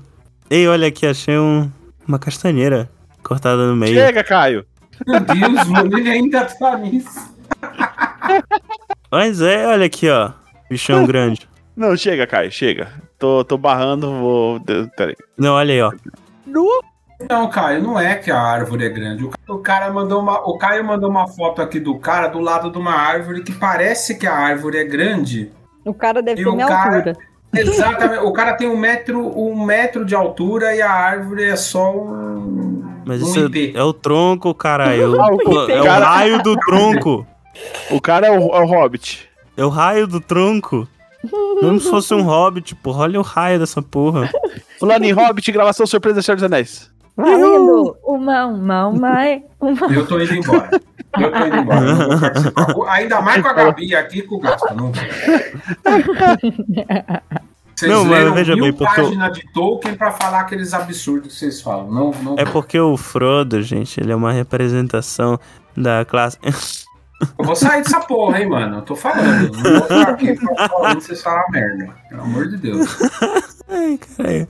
Ei, olha aqui, achei um... uma castanheira cortada no meio. Chega, Caio. Meu Deus, mano, ele ainda tá nisso. Mas é, olha aqui, ó. Bichão grande. Não, chega, Caio, chega. Tô, tô barrando, vou. de- Peraí. Não, olha aí, ó. Não, Caio, não é que a árvore é grande. O ca- O cara mandou uma, o Caio mandou uma foto aqui do cara do lado de uma árvore que parece que a árvore é grande. O cara deve E ter o minha cara- altura. Exatamente. o cara tem um metro, um metro de altura e a árvore é só um. Mas um isso IP. é, é o tronco, caralho. Ah, o É o cara- raio do tronco. O cara é o, é o Hobbit. É o raio do tronco. Mesmo se fosse um hobbit, porra. Olha o raio dessa porra. Fulano em Hobbit, gravação surpresa do Senhor dos Anéis. Valendo. Uma, uma, uma, é. Uma. Eu tô indo embora. Eu tô indo embora. não vou participar. Com- Ainda mais com a Gabi aqui e com o Gaspa. Não. Vocês Não, mas leram veja mil bem, porque eu- página de Tolkien pra falar aqueles absurdos que vocês falam. Não, não. É porque o Frodo, gente, ele é uma representação da classe. Eu vou sair dessa porra, hein, mano. Eu tô falando. Não vou ficar aqui pra falar vocês falam merda. Pelo amor de Deus. Ai, caralho.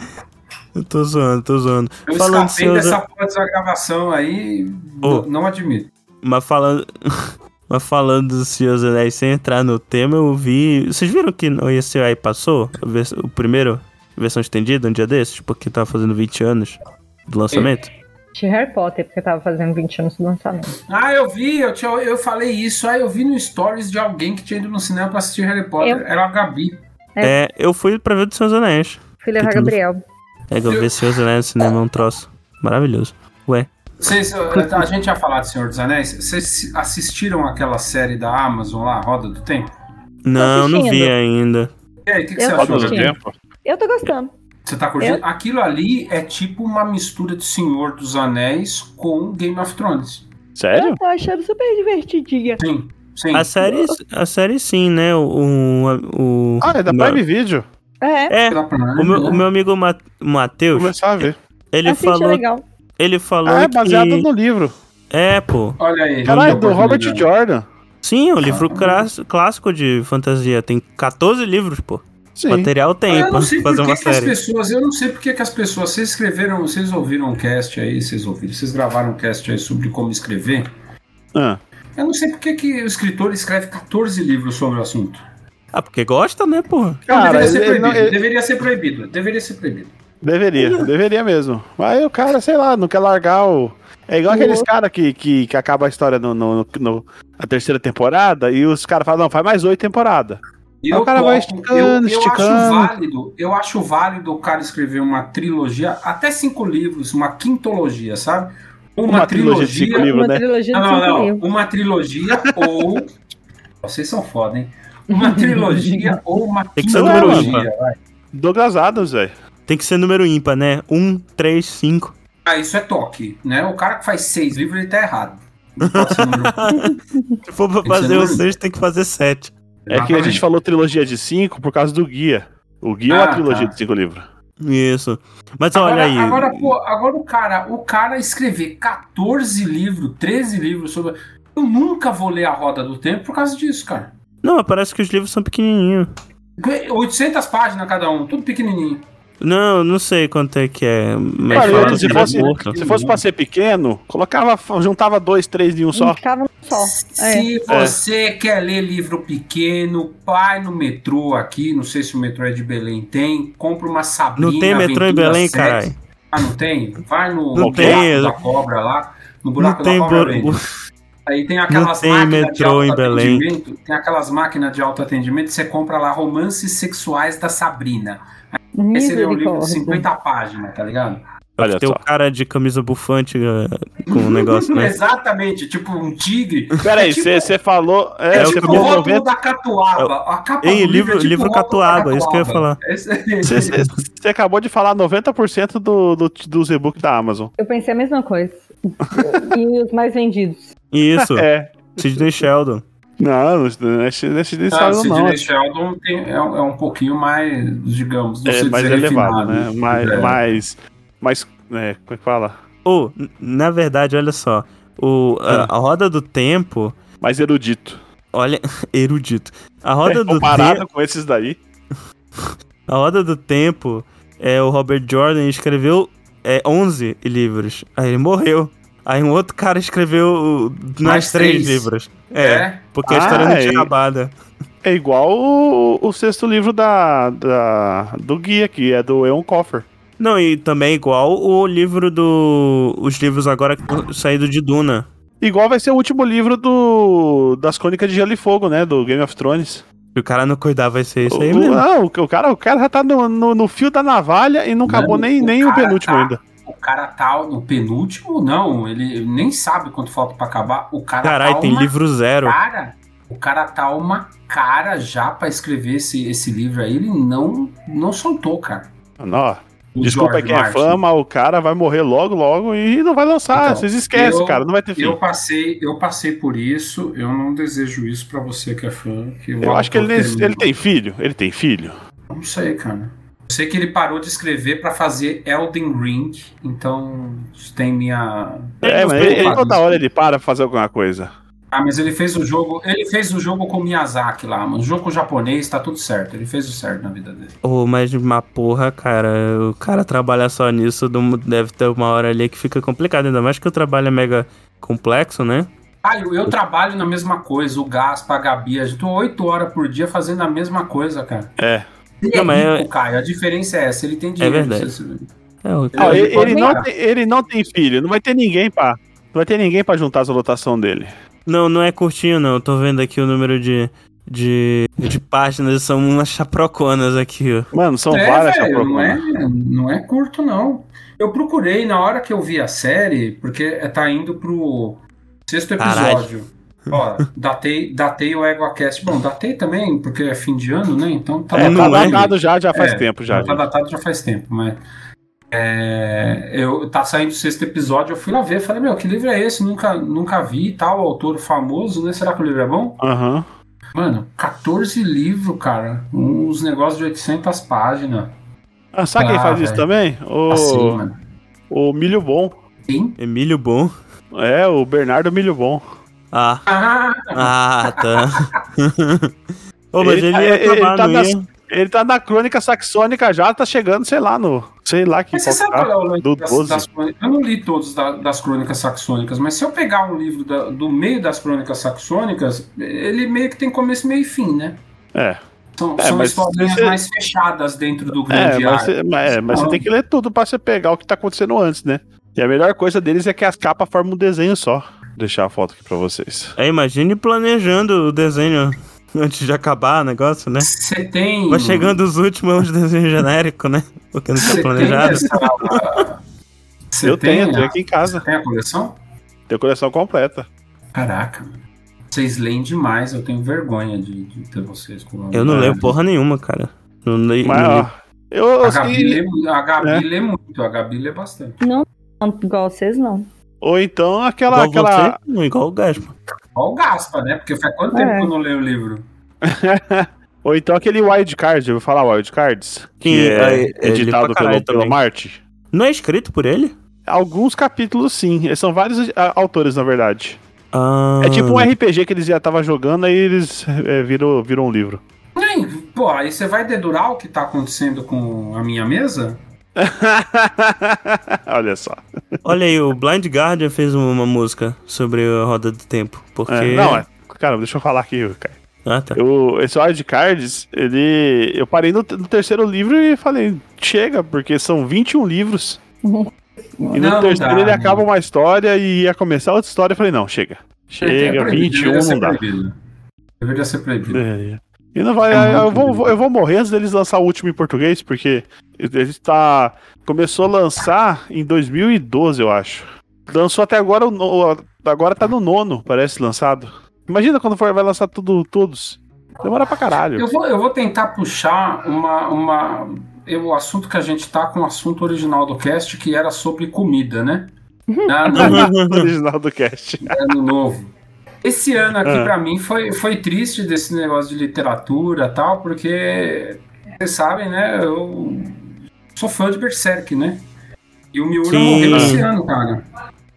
Eu tô zoando, tô zoando. Eu Falando escapei seus- dessa porra dessa gravação aí. Ô. n- Não admito. Mas falando. Mas falando dos Senhores Anéis, sem entrar no tema, eu vi. Vocês viram que no esse aí passou? A vers- O primeiro, a versão estendida, um dia desses, porque tava fazendo 20 anos do lançamento? De Harry Potter, porque tava fazendo 20 anos do lançamento. Ah, eu vi, eu, tinha, eu falei isso. Ah, eu vi no stories de alguém que tinha ido no cinema pra assistir Harry Eu. Potter. Era a Gabi. É. eu fui pra ver dos Senhores Anéis. Fui levar Que tudo. Gabriel. É que eu vi Senhores Anéis no cinema, é um troço maravilhoso. Vocês, eh, a gente ia falar de Senhor dos Anéis. Vocês assistiram aquela série da Amazon lá, Roda do Tempo? Não, não vi assistindo. ainda. E aí, o que, que Eu você tô achou? Roda do assistindo. Gabi? tempo? Eu tô gostando. Você tá curtindo? Aquilo ali é tipo uma mistura de Senhor dos Anéis com Game of Thrones. Sério? Eu tô achando super divertidinha. Sim, sim. A série, a série sim, né? O, o, o- Ah, é da o Prime Video. É. É, Pela Prime, o meu, né? o meu amigo Ma- Matheus, Começar a ver. ele Assiste, é falou, legal. ele falou Ah, é que... baseado no livro. É, pô. Olha aí. Caralho, olha a do Robert oportunidade. Jordan. Sim, é um livro Ah. crás- clássico de fantasia. Tem 14 livros, pô. Sim. Material tem Ah, eu pra não sei por fazer que uma que as série. pessoas, eu não sei por que que as pessoas, vocês escreveram, vocês ouviram um cast aí, vocês ouviram, vocês gravaram um cast aí sobre como escrever. Ah, Eu não sei por que que o escritor escreve 14 livros sobre o assunto. Ah, porque gosta, né, pô? Não, Cara, deveria, ser ele- ele proibido, né? não- ele- deveria ser proibido. Deveria ser proibido. Deveria, deveria mesmo. Mas o cara, sei lá, não quer largar o. É igual aqueles caras que, que, que acaba a história no, no, no- na terceira temporada e os caras falam, não, faz mais oito temporadas. E Aí o cara vai esticando, esticando. Acho válido, eu acho válido o cara escrever uma trilogia, até cinco livros, uma quintologia, sabe? Uma, Uma trilogia trilogia. de é um cinco livros. Uma né? trilogia Ah, Não, de não, cinco não. livros. Uma trilogia ou. Vocês são foda, hein? Uma trilogia ou uma Tem que ser quintologia. número vai. Douglas Adams, velho. Tem que ser número ímpar, né? 1, 3, 5. Ah, isso é toque, né? O cara que faz seis livros, ele tá errado. Não pode ser É número- Se for pra Tem que ser fazer o número 6, tem que fazer 7. É que a gente Exatamente. falou trilogia de cinco por causa do guia. O guia é Ah, uma trilogia tá. de cinco livros. Isso. Mas olha agora, aí. Agora, pô, agora o cara, o cara escrever 14 livros, 13 livros sobre. Eu nunca vou ler a Roda do Tempo por causa disso, cara. Não, mas parece que os livros são pequenininhos. 800 páginas cada um, tudo pequenininho. Não, não sei quanto é que é. Mas Cara, fala eu- que se é fosse- curto. Se fosse pra ser pequeno, colocava, juntava dois, três de um Não só. ficava só. É. Se você quer ler livro pequeno, vai no metrô aqui, não sei se o metrô é de Belém, tem, compra uma Sabrina. Não tem metrô em Aventura Belém, Sete. caralho. Ah, não tem? Vai no Não buraco tem. da cobra lá, no Não um buraco tem da cobra. bur- vende. Aí tem aquelas tem máquinas de metrô alto em Belém. atendimento, tem aquelas máquinas de alto atendimento, você compra lá romances sexuais da Sabrina. Aí você lê um livro de Misericórdia. 50 páginas, tá ligado? Olha Tem um- o só. cara de camisa bufante eh, com o negócio, né? Exatamente, tipo um tigre. Peraí, tipo- você falou. É, é você tipo tipo o falou rótulo 90. da Catuaba. A capa É Ei, do livro, é tipo livro o rótulo da Catuaba, isso que eu ia falar. É isso aí. Você- Você você acabou de falar 90% do, do, dos e-book da Amazon. Eu pensei a mesma coisa. e os mais vendidos. Isso, É. Sidney Sheldon. Não, não é Sidney Ah, o Sheldon, não. Sidney Sheldon tem- é, um- é um pouquinho mais, digamos, não É sei mais dizer elevado, refinado. né? Mais. É. mais, mais é, como é que fala? Ou, n- na verdade, olha só. O, Ah. a, a roda do tempo. Mais erudito. Olha, erudito. A roda, É, do, comparado Te- com esses daí. a roda do tempo. É, o Robert Jordan escreveu é, 11 livros. Aí ele morreu. Aí um outro cara escreveu uh, mais Mais três três. livros. É, É. porque a história não Ah, tinha e- acabada. É igual o, o sexto livro da, da- do guia, que é do Eon Coffer. Não, e também igual o livro do. Os livros agora saídos de Duna. Igual vai ser o último livro do das Crônicas de Gelo e Fogo, né? Do Game of Thrones. Se o cara não cuidar, vai ser isso O- aí o- mesmo. Não, o, o cara, o cara já tá no, no, no fio da navalha e não acabou nem, o nem o cara penúltimo tá- ainda. O cara tá no penúltimo, não. Ele nem sabe quanto falta pra acabar. O cara Caralho, tá tem uma livro zero. cara. O cara tá uma cara já pra escrever esse, esse livro aí. Ele não, não soltou, cara. Não, ó, O Desculpa George quem é Martin. fã, mas o cara vai morrer logo, logo e não vai lançar. Então, Vocês esquecem, eu- cara. Não vai ter fim. Eu Eu, passei, eu passei por isso, eu não desejo isso pra você que é fã. Que acho que ele, autor ele tem filho. Ele tem filho. Não sei, cara. Eu sei que ele parou de escrever pra fazer Elden Ring, então isso tem minha. É, mas ele, ele- preocupado. toda hora ele para pra fazer alguma coisa. Ah, mas ele fez o jogo. Ele fez o jogo com o Miyazaki lá, mano. O jogo japonês tá tudo certo. Ele fez o certo na vida dele. Ô, mas uma porra, cara, o cara trabalhar só nisso não- deve ter uma hora ali que fica complicado, ainda mais que o trabalho é mega complexo, né? Caio, eu trabalho na mesma coisa, o Gaspa, a Gabi, a gente tô oito horas por dia fazendo a mesma coisa, cara. É. Ele Não, é mas rico, Caio. A diferença é essa, ele tem dinheiro. verdade. você- É, o- Ó, Ah, ele, pode ele não parar. tem, ele não tem filho. Não vai ter ninguém pra. Não vai ter ninguém pra juntar essa lotação dele. Não, não é curtinho, não. Eu Tô vendo aqui o número de, de, de páginas, são umas chaproconas aqui, ó. Mano, são É, várias velho, Então, essa não é, não é curto, não. Eu procurei na hora que eu vi a série, porque eh, tá indo pro sexto Caralho. episódio. Ó, datei, datei o EguaCast. Bom, datei também, porque é fim de ano, né? Então tá É, tá Não é. datado já, já faz É, tempo já. Já tá datado já faz tempo, mas. é, eu, tá saindo o sexto episódio, eu fui lá ver, falei, meu, que livro é esse? Nunca, nunca vi e tal, autor famoso, né? Será que o livro é bom? Aham. Mano, 14 livros, cara. Uns negócios de 800 páginas. Ah, sabe quem Ah, faz isso velho. também? O, Assim, mano. o Milho Bom. Sim. Emílio Bom. É, o Bernardo Milho Bom. Ah, Ah, ah, tá. Ô, mas ele, tá- ia ele acabar, tá não na, ia? ele tá na crônica saxônica já, tá chegando, sei lá, no. Sei lá que. Mas você qual sabe tá. qual é o lance do das, 12? das crônicas? Eu não li todos da- das crônicas saxônicas, mas se eu pegar um livro da- do meio das crônicas saxônicas, ele meio que tem começo, meio e fim, né? É. São, É, são mas historinhas você- mais fechadas dentro do É, grande mas, ar. você, mas- é, mas você tem que ler tudo pra você pegar o que tá acontecendo antes, né? E a melhor coisa deles é que as capas formam um desenho só. Vou deixar a foto aqui pra vocês. É, imagine planejando o desenho antes de acabar o negócio, né? Você tem. Vai chegando os últimos é uns desenhos genéricos, né? Porque não Você tá tem planejado. essa- Você eu tenho, tem né? tenho a- aqui em casa. tem a coleção? Tenho a coleção completa. Caraca, mano. Vocês leem demais, eu tenho vergonha de, de ter vocês como. Eu não leio porra nenhuma, cara. Não leio. Mas, não leio. ó. Eu, eu A Gabi, sei- lê, a Gabi É. lê muito, a Gabi lê bastante. Não, igual vocês não. Ou então aquela. Igual aquela você, não, igual o Gaspa. Olha o Gaspa, né? Porque faz quanto tempo É. que eu não leio o livro? Ou então aquele wildcard, eu vou falar wildcards, que Sim, é, é, é, editado ele pra caralho pelo, pelo também. Marte. Não é escrito por ele? Alguns capítulos sim, eles são vários a- autores, na verdade. Ah, É tipo um RPG que eles já estavam jogando, aí eles é, viram, viram um livro. Nem, pô, aí você vai dedurar o que tá acontecendo com a minha mesa? Olha só. Olha aí, o Blind Guardian fez uma música sobre a roda do tempo. Porque. É, não, é. Cara, deixa eu falar aqui, cara. Ah, tá. Eu, esse wildcards, ele. Eu parei no, no terceiro livro e falei, chega, porque são 21 livros. E no Não, terceiro dá, né? ele não. acaba uma história e ia começar outra história. Eu falei, não, chega. Chega, É proibido, 21 deveria ser não dá. proibido. Deveria ser proibido. É. E não vai. É eu, muito vou, lindo. vou- eu vou morrer antes deles lançar o último em português, porque ele tá. Começou a lançar em 2012, eu acho. Lançou até agora o no- agora tá no nono, parece lançado. Imagina quando for vai lançar tudo todos. Demora pra caralho. Eu vou, eu vou tentar puxar uma. uma eu- o assunto que a gente tá com o assunto original do cast, que era sobre comida, né? Na- no, O original do cast. ano novo. Esse ano aqui, Ah. pra mim, foi, foi triste desse negócio de literatura e tal, porque. Vocês sabem, né? Eu sou fã de Berserk, né? E o Miura Sim. morreu esse ano, cara.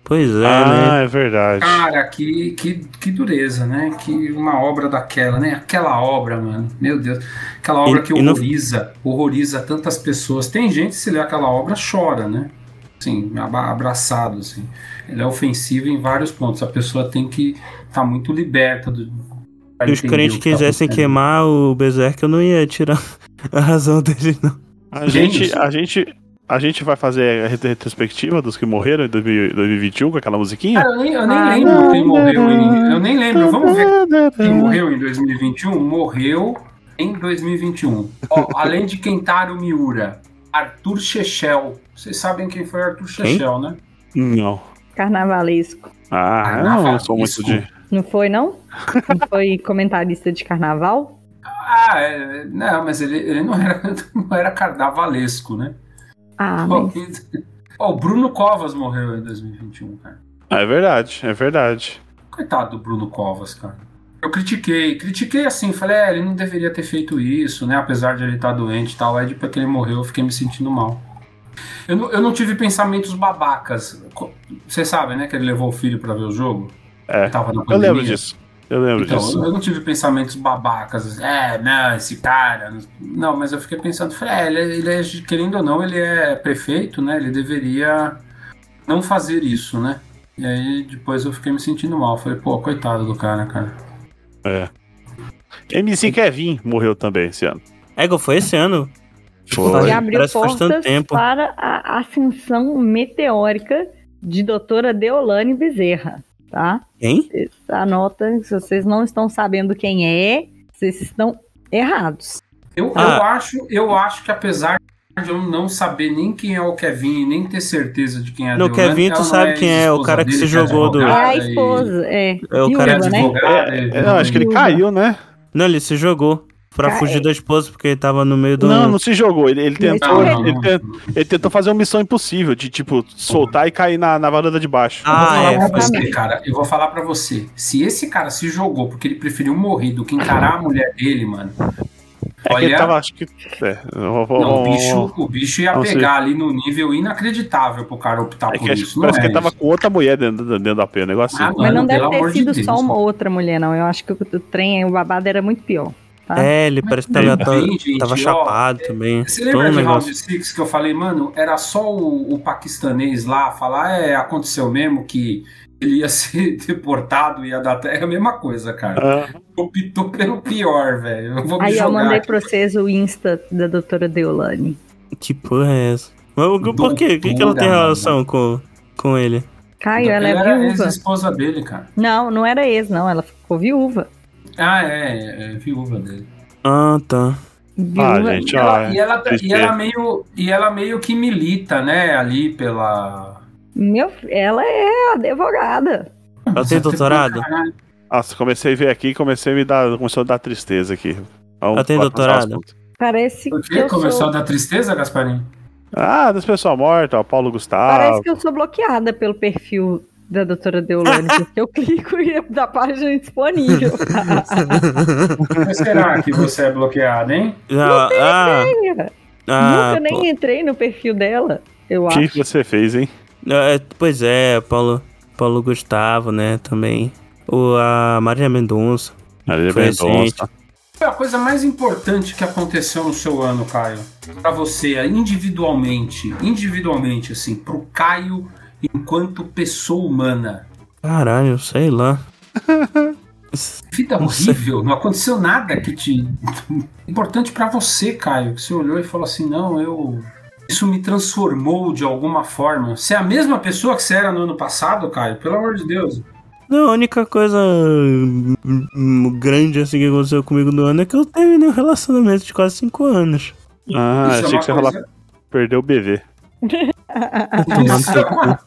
Pois é, né? Ah, é verdade. Cara, que, que, que dureza, né? Que uma obra daquela, né? Aquela obra, mano. Meu Deus. Aquela obra E- que e no- horroriza, horroriza tantas pessoas. Tem gente que se lê aquela obra chora, né? Assim, aba- abraçado, assim. Ele é ofensivo em vários pontos. A pessoa tem que estar muito liberta do. pra Se os entender crentes o que tá quisessem acontecendo. queimar o Berserk, eu não ia tirar a razão dele, não. A gente, Gênios. a gente, a gente vai fazer a ret- retrospectiva dos que morreram em 2000 2021 com aquela musiquinha? Cara, eu nem, eu nem Ah, lembro não. quem morreu em. Eu nem lembro. Vamos ver Quem Então- morreu em 2021 morreu em 2021. Ó, além de Kentaro Miura, Arthur Shechel. Vocês sabem quem foi Arthur Shechel, né? Não. Carnavalesco. Ah, eu Carnaval, não sou muito isso. de. Não foi, não? Não foi comentarista de carnaval? Ah, é, não, mas ele, ele não, era, não era carnavalesco, né? Ah, Ó, mas... ó, o Bruno Covas morreu em 2021, cara. Ah, é verdade, é verdade. Coitado do Bruno Covas, cara. Eu critiquei, critiquei assim, falei, é, ele não deveria ter feito isso, né? Apesar de ele estar doente e tal, aí depois que ele morreu eu fiquei me sentindo mal. Eu não, eu não tive pensamentos babacas. Co- Vocês sabem, né, que ele levou o filho pra ver o jogo? É. Tava na Eu pandemia. lembro disso. Eu lembro Então, disso. eu- eu não tive pensamentos babacas, é, não, esse cara. Não, mas eu fiquei pensando, falei, é, ele, ele é, querendo ou não, ele é prefeito, né? Ele deveria não fazer isso, né? E aí depois eu fiquei me sentindo mal. Falei, pô, coitado do cara, cara. MC Kevin morreu também esse ano. Ego, foi esse ano? Foi. É, E abriu Parece que faz tanto portas tempo. para a ascensão meteórica de doutora Deolane Bezerra, tá? Hein? Vocês Anotem, se vocês não estão sabendo quem é, vocês estão errados. Eu, eu, Ah. acho, eu acho que apesar de eu não saber nem quem é o Kevin, e nem ter certeza de quem é a Não, o Deolane, Kevin, tu ela não sabe quem é, o esposa cara que dele, se jogou do- É advogada a e- esposa, é. É o Viúva, cara que é né? advogada e- É, eu acho que ele caiu, né? Não, ele se jogou pra Cara, é. fugir da esposa porque ele tava no meio do. Não, não se jogou. Ele, ele Não, tentou, não, ele, não. ten- ele tentou fazer uma missão impossível de tipo soltar e cair na, na varanda de baixo. Eu vou Ah, falar é, pra foi. você, cara. Eu vou falar pra você. Se esse cara se jogou porque ele preferiu morrer do que encarar a mulher dele, mano. é que ele Olha, tava, acho que. É, eu vou- não, o vou- bicho, o bicho ia Não sei. pegar ali num nível inacreditável pro cara optar é que por acho- isso. Não parece é que ele tava isso. com outra mulher dentro, dentro da pena, negócio Ah, assim. Mas Mano, não deve pelo amor ter de sido Deus, só uma mano. outra mulher, não. Eu acho que o trem, o babado era muito pior. É, ele parece que tava, Ah, Mas bem, gente, tava ó, chapado também. Você um Todo lembra de negócio. Round Six que eu falei, mano, era só o, o paquistanês lá falar, é, aconteceu mesmo que ele ia ser deportado, ia dar. É a mesma coisa, cara. Ah, Optou pelo pior, velho. Eu vou me Aí eu jogar. mandei aqui. pra vocês o Insta da doutora Deolane. Que porra é essa? Mas o- por quê? O que, que ela tem Doutora, relação com, com ele? Caio, ela Ele é era viúva. ex-esposa dele, cara. Não, não era ex, não. Ela ficou viúva. Ah, é, é, é viúva dele. Ah, tá. ah, Viúva. gente, E ela, ó. e, ela, e, tristeza. ela meio, e ela meio que milita, né, ali pela. Meu, ela é advogada. Ela tem doutorado? Caralho. Nossa, comecei a ver aqui e comecei a me dar. Começou a dar tristeza aqui. Então, Vamos Ela tem passar doutorado? o assunto. Parece Por que que eu começou sou... a dar tristeza, Gasparinho? Ah, das pessoas mortas, ó, Paulo Parece Gustavo. que eu sou bloqueada pelo perfil da doutora Deolane, porque eu clico e da página disponível. Ah. Por que será que você é bloqueado, hein? Ah, ah, ah, Nunca pô. nem entrei no perfil dela, eu O acho. que que você fez, hein? É, pois é, Paulo, Paulo Gustavo, né, também. O, a Maria Mendonça. Marília Foi Mendonça. Qual é A coisa mais importante que aconteceu no seu ano, Caio, Pra você, individualmente, individualmente, assim, pro Caio enquanto pessoa humana. Caralho, sei lá. Vida Não sei. horrível, não aconteceu nada que te. Importante pra você, Caio, que você olhou e falou assim: não, eu. Isso me transformou de alguma forma. Você é a mesma pessoa que você era no ano passado, Caio? Pelo amor de Deus. Não, a única coisa hum, hum, grande assim que aconteceu comigo no ano é que eu terminei um relacionamento de quase 5 anos. Ah, Isso é achei uma que você ia falar um coisa- perdeu o bebê. Isso é uma-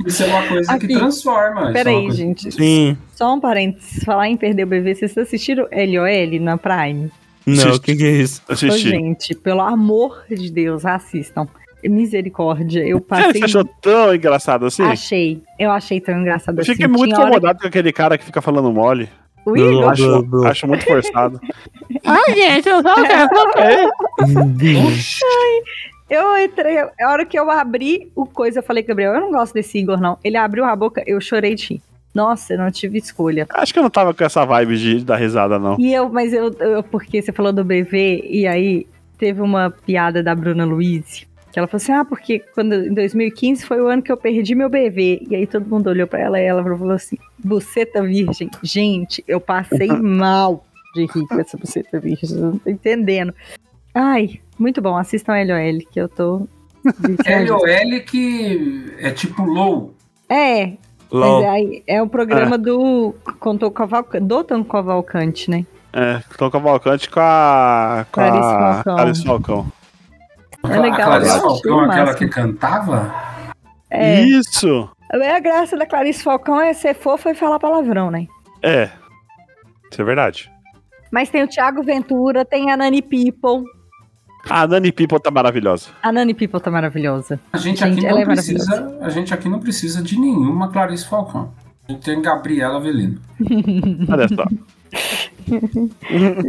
Isso é uma coisa que Aqui. transforma. isso é uma Peraí, coisa- gente. Sim. Só um parênteses. Falar em perder o bebê, vocês assistiram LOL na Prime? Não, Gente. o que, que é isso? Ô, Assisti. gente, pelo amor de Deus, assistam. Misericórdia, eu Sério que passei... É, Você achou tão engraçado assim? Achei. Eu achei tão engraçado Eu assim. fiquei muito Tinha hora incomodado com aquele cara que fica falando mole. que- O Igor, Blá, Acho, blá, blá. acho muito forçado. Ai, gente, eu só quero saber. Eu entrei, a hora que eu abri o coisa, eu falei, Gabriel, eu não gosto desse Igor, não. Ele abriu a boca, eu chorei de rir. Nossa, eu não tive escolha. Acho que eu não tava com essa vibe de dar risada, não. E eu, mas eu, eu- porque você falou do bebê, e aí teve uma piada da Bruna Luiz, que ela falou assim: ah, porque quando, em 2015 foi o ano que eu perdi meu bebê. E aí todo mundo olhou pra ela e ela falou assim: buceta virgem. Gente, eu passei mal de rir com essa buceta virgem, vocês não tô entendendo. Ai, muito bom, assistam LOL, que eu tô. viciadíssima. LOL é que é tipo low. É, Mas LOL. aí é o programa do. Contou Cavalcante. Do Tom Cavalcante, né? É, tô cavalcante com a. Com Clarice a Falcão. Clarice Falcão. É legal, a Clarice eu achei Falcão, o aquela máximo. que cantava? É. Isso! A graça da Clarice Falcão é ser fofa e falar palavrão, né? É. Isso é verdade. Mas tem o Thiago Ventura, tem a Nani People. A Nani People tá maravilhosa. A Nani People tá maravilhosa. A gente, Gente, aqui ela não é precisa, a gente aqui não precisa de nenhuma Clarice Falcão. A gente tem Gabriela Avelino. Olha só.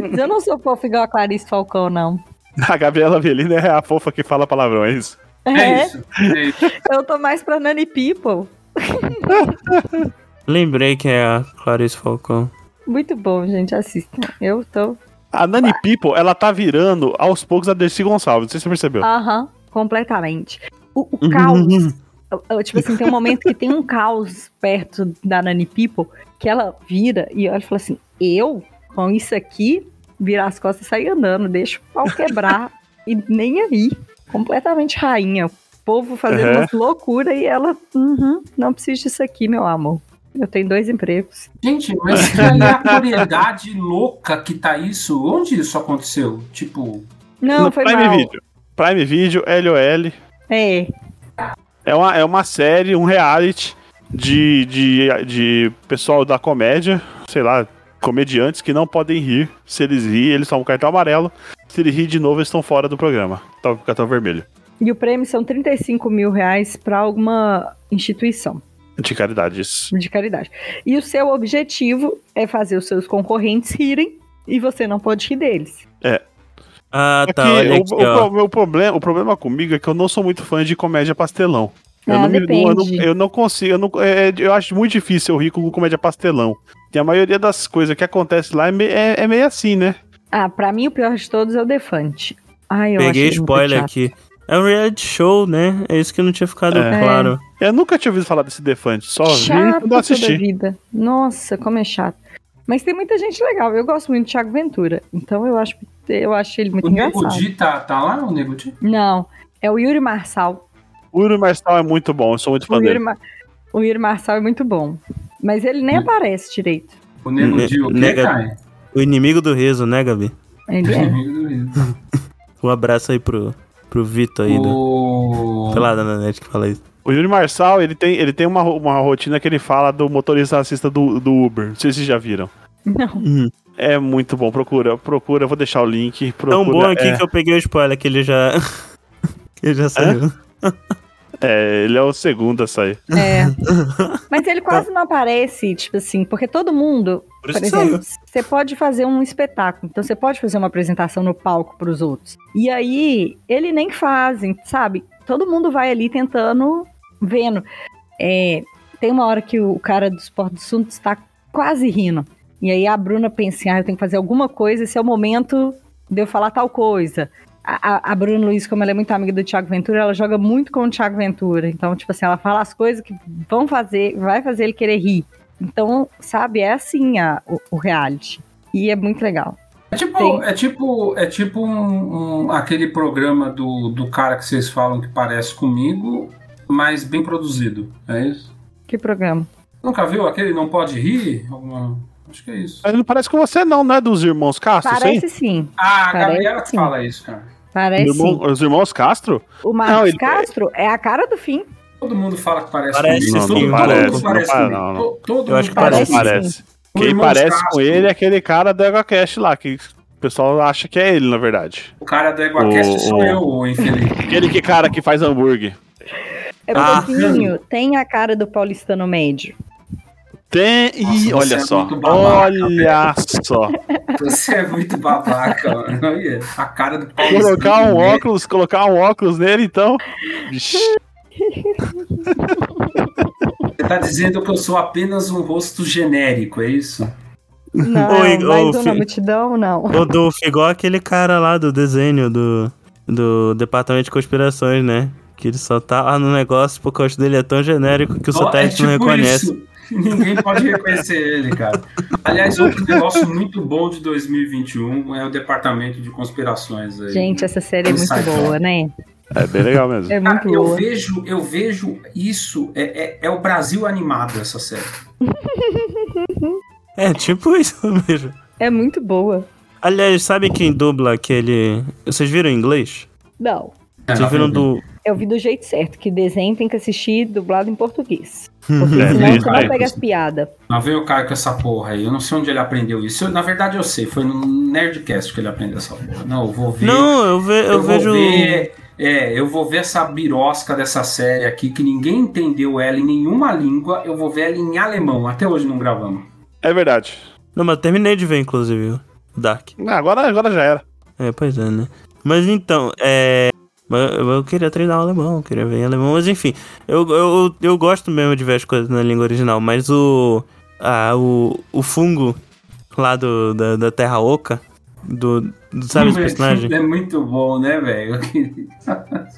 Mas Eu não sou fofa igual a Clarice Falcão, não. A Gabriela Avelina é a fofa que fala palavrões. É, isso. É isso. eu tô mais pra Nani People. Lembrei que é a Clarice Falcão. Muito bom, gente, assistam. Eu tô... A Nani People, ela tá virando aos poucos a Dercy Gonçalves. Não sei se você percebeu. Aham, completamente. O, Uhum, o caos... Eu- eu, Tipo assim, tem um momento que tem um caos perto da Nani People que ela vira e olha e fala assim: Eu, com isso aqui, virar as costas e sair andando, deixa o pau quebrar. e nem aí. Completamente rainha. O povo fazendo Uhum. umas loucuras e ela, "Uhum, não preciso disso aqui, meu amor. Eu tenho dois empregos. Gente, mas que aleatoriedade louca que tá isso? Onde isso aconteceu? Tipo, Não, No foi Prime mal. Video. Prime Video, LOL. É, É uma, é uma série, um reality de, de, de pessoal da comédia, sei lá, comediantes que não podem rir. Se eles rirem, eles tomam cartão amarelo. Se eles rirem de novo, eles estão fora do programa. Toma cartão vermelho. e o prêmio são 35 mil reais pra alguma instituição. De caridade, isso. de caridade. E o seu objetivo é fazer os seus concorrentes rirem e você não pode rir deles. Ah, tá. Aqui, olha É o, aqui, o ó. pro- meu problema, o problema comigo é que eu não sou muito fã de comédia pastelão. Eu, Ah, não me- não- eu não- depende. eu não consigo, eu, não, é- é- eu acho muito difícil eu rir com comédia pastelão. E a maioria das coisas que acontece lá é, me- é- é meio assim, né? Ah, pra mim o pior de todos é o Defante. Ai, eu achei Peguei muito spoiler chato. aqui. É um reality show, né? É isso que não tinha ficado É. claro. Eu nunca tinha ouvido falar desse Defante, só vi Chato quando eu toda assisti. vida. Nossa, como é chato. Mas tem muita gente legal. Eu gosto muito do Thiago Ventura. Então eu acho, eu acho ele muito o Nego engraçado. Di tá, tá lá? O Nego Di? Não, é o Yuri Marçal. O Yuri Marçal é muito bom, eu sou muito fã O Yuri, dele. Ma- o Yuri Marçal é muito bom. Mas ele Hum. nem aparece direito. O Nego Ne- Di o quê, Nega- Caio? O inimigo do riso, né, Gabi? Ele é. Inimigo do Rio. Um abraço aí pro, pro Vitor aí, do O... Pelada na Net que fala isso. O Yuri Marçal, ele tem, ele tem uma, ro- uma rotina que ele fala do motorista racista do, do Uber. Não sei se vocês já viram. Não. É muito bom, procura, procura, eu vou deixar o link. Procura, Tão bom aqui é- que eu peguei o spoiler, que ele já. que ele já saiu. é, ele é o segundo a sair. É. Mas ele quase não aparece, tipo assim, porque todo mundo, Por por, isso que exemplo, você pode fazer um espetáculo, então você pode fazer uma apresentação no palco pros outros. E aí, ele nem fazem, sabe? Todo mundo vai ali tentando, vendo. É, tem uma hora que o cara do Esporte do Sul está quase rindo. E aí a Bruna pensa assim, ah, eu tenho que fazer alguma coisa, esse é o momento de eu falar tal coisa. A, a- a Bruna Luiz, como ela é muito amiga do Thiago Ventura, ela joga muito com o Thiago Ventura. Então, tipo assim, ela fala as coisas que vão fazer, vai fazer ele querer rir. Então, sabe, é assim a- o, o reality. E é muito legal. É tipo, Tem. é tipo, é tipo um, um- aquele programa do, do cara que vocês falam que parece comigo, mas bem produzido. É isso? Que programa? Nunca viu aquele Não Pode Rir? Alguma- Acho que é isso. Mas não parece com você, não, né? Dos irmãos Castro, sim? Parece sim, Ah, a Parece Gabriela que sim. fala isso, cara. parece sim. Irmão- os irmãos Castro? O Marcos ele- Castro é a cara do fim. Todo mundo fala que parece, Parece comigo. sim, todo mundo não parece, parece não, comigo. não, não. To- Todo Eu mundo acho que Parece Parece. Não parece. Quem parece com ele é aquele cara do EgoCast lá, que o pessoal acha que é ele, na verdade. O cara do EguaCast O- sou o- eu, o infeliz. Aquele que cara que faz hambúrguer. É Ah. branquinho, tem a cara do paulistano médio. Tem. Ih, Nossa, você olha é só. muito babaca, olha só. Você é muito babaca, mano. Olha, A cara do Paulo. Colocar um óculos, colocar um óculos nele, então. Vixe, Você tá dizendo que eu sou apenas um rosto genérico, é isso? Não, Oi, mais ô, um fi- na multidão, não. O Dolph, igual aquele cara lá do desenho do, do Departamento de Conspirações, né? Que ele só tá lá no negócio por causa dele é tão genérico que o Ó, é tipo satélite não reconhece. Isso. Ninguém pode reconhecer ele, cara. Aliás, outro negócio muito bom de 2021 é o departamento de conspirações aí. Gente, essa série é Não muito sai fora. boa, né? é bem legal mesmo. É Cara, muito eu boa. vejo, eu vejo isso, é, é, é o Brasil animado essa série. É tipo isso mesmo. É muito boa. Aliás, sabe quem dubla aquele. Vocês viram em inglês? Não. Ah, É, Vocês viram do, Eu vi do jeito certo, que desenho tem que assistir dublado em português. É, Senão isso você aí. não pega as piadas. Lá veio o Caio com essa porra aí. Eu não sei onde ele aprendeu isso. Eu- na verdade, eu sei. Foi no Nerdcast que ele aprendeu essa porra. Não, eu vou ver. Não, eu, ve- eu vou vejo. Ver, é, eu vou ver essa birosca dessa série aqui, que ninguém entendeu ela em nenhuma língua. Eu vou ver ela em alemão. Até hoje não gravamos. É verdade. Não, mas eu terminei de ver, inclusive, o Dark. Ah, Agora, agora já era. É, pois é, né? Mas então, é. mas Eu eu queria treinar o alemão, eu queria ver em alemão, mas enfim. Eu, eu, eu gosto mesmo de ver as coisas na língua original, mas o. Ah, o, o fungo lá do, da, da Terra Oca, do, do- sabe esse personagem? É muito bom, né, velho?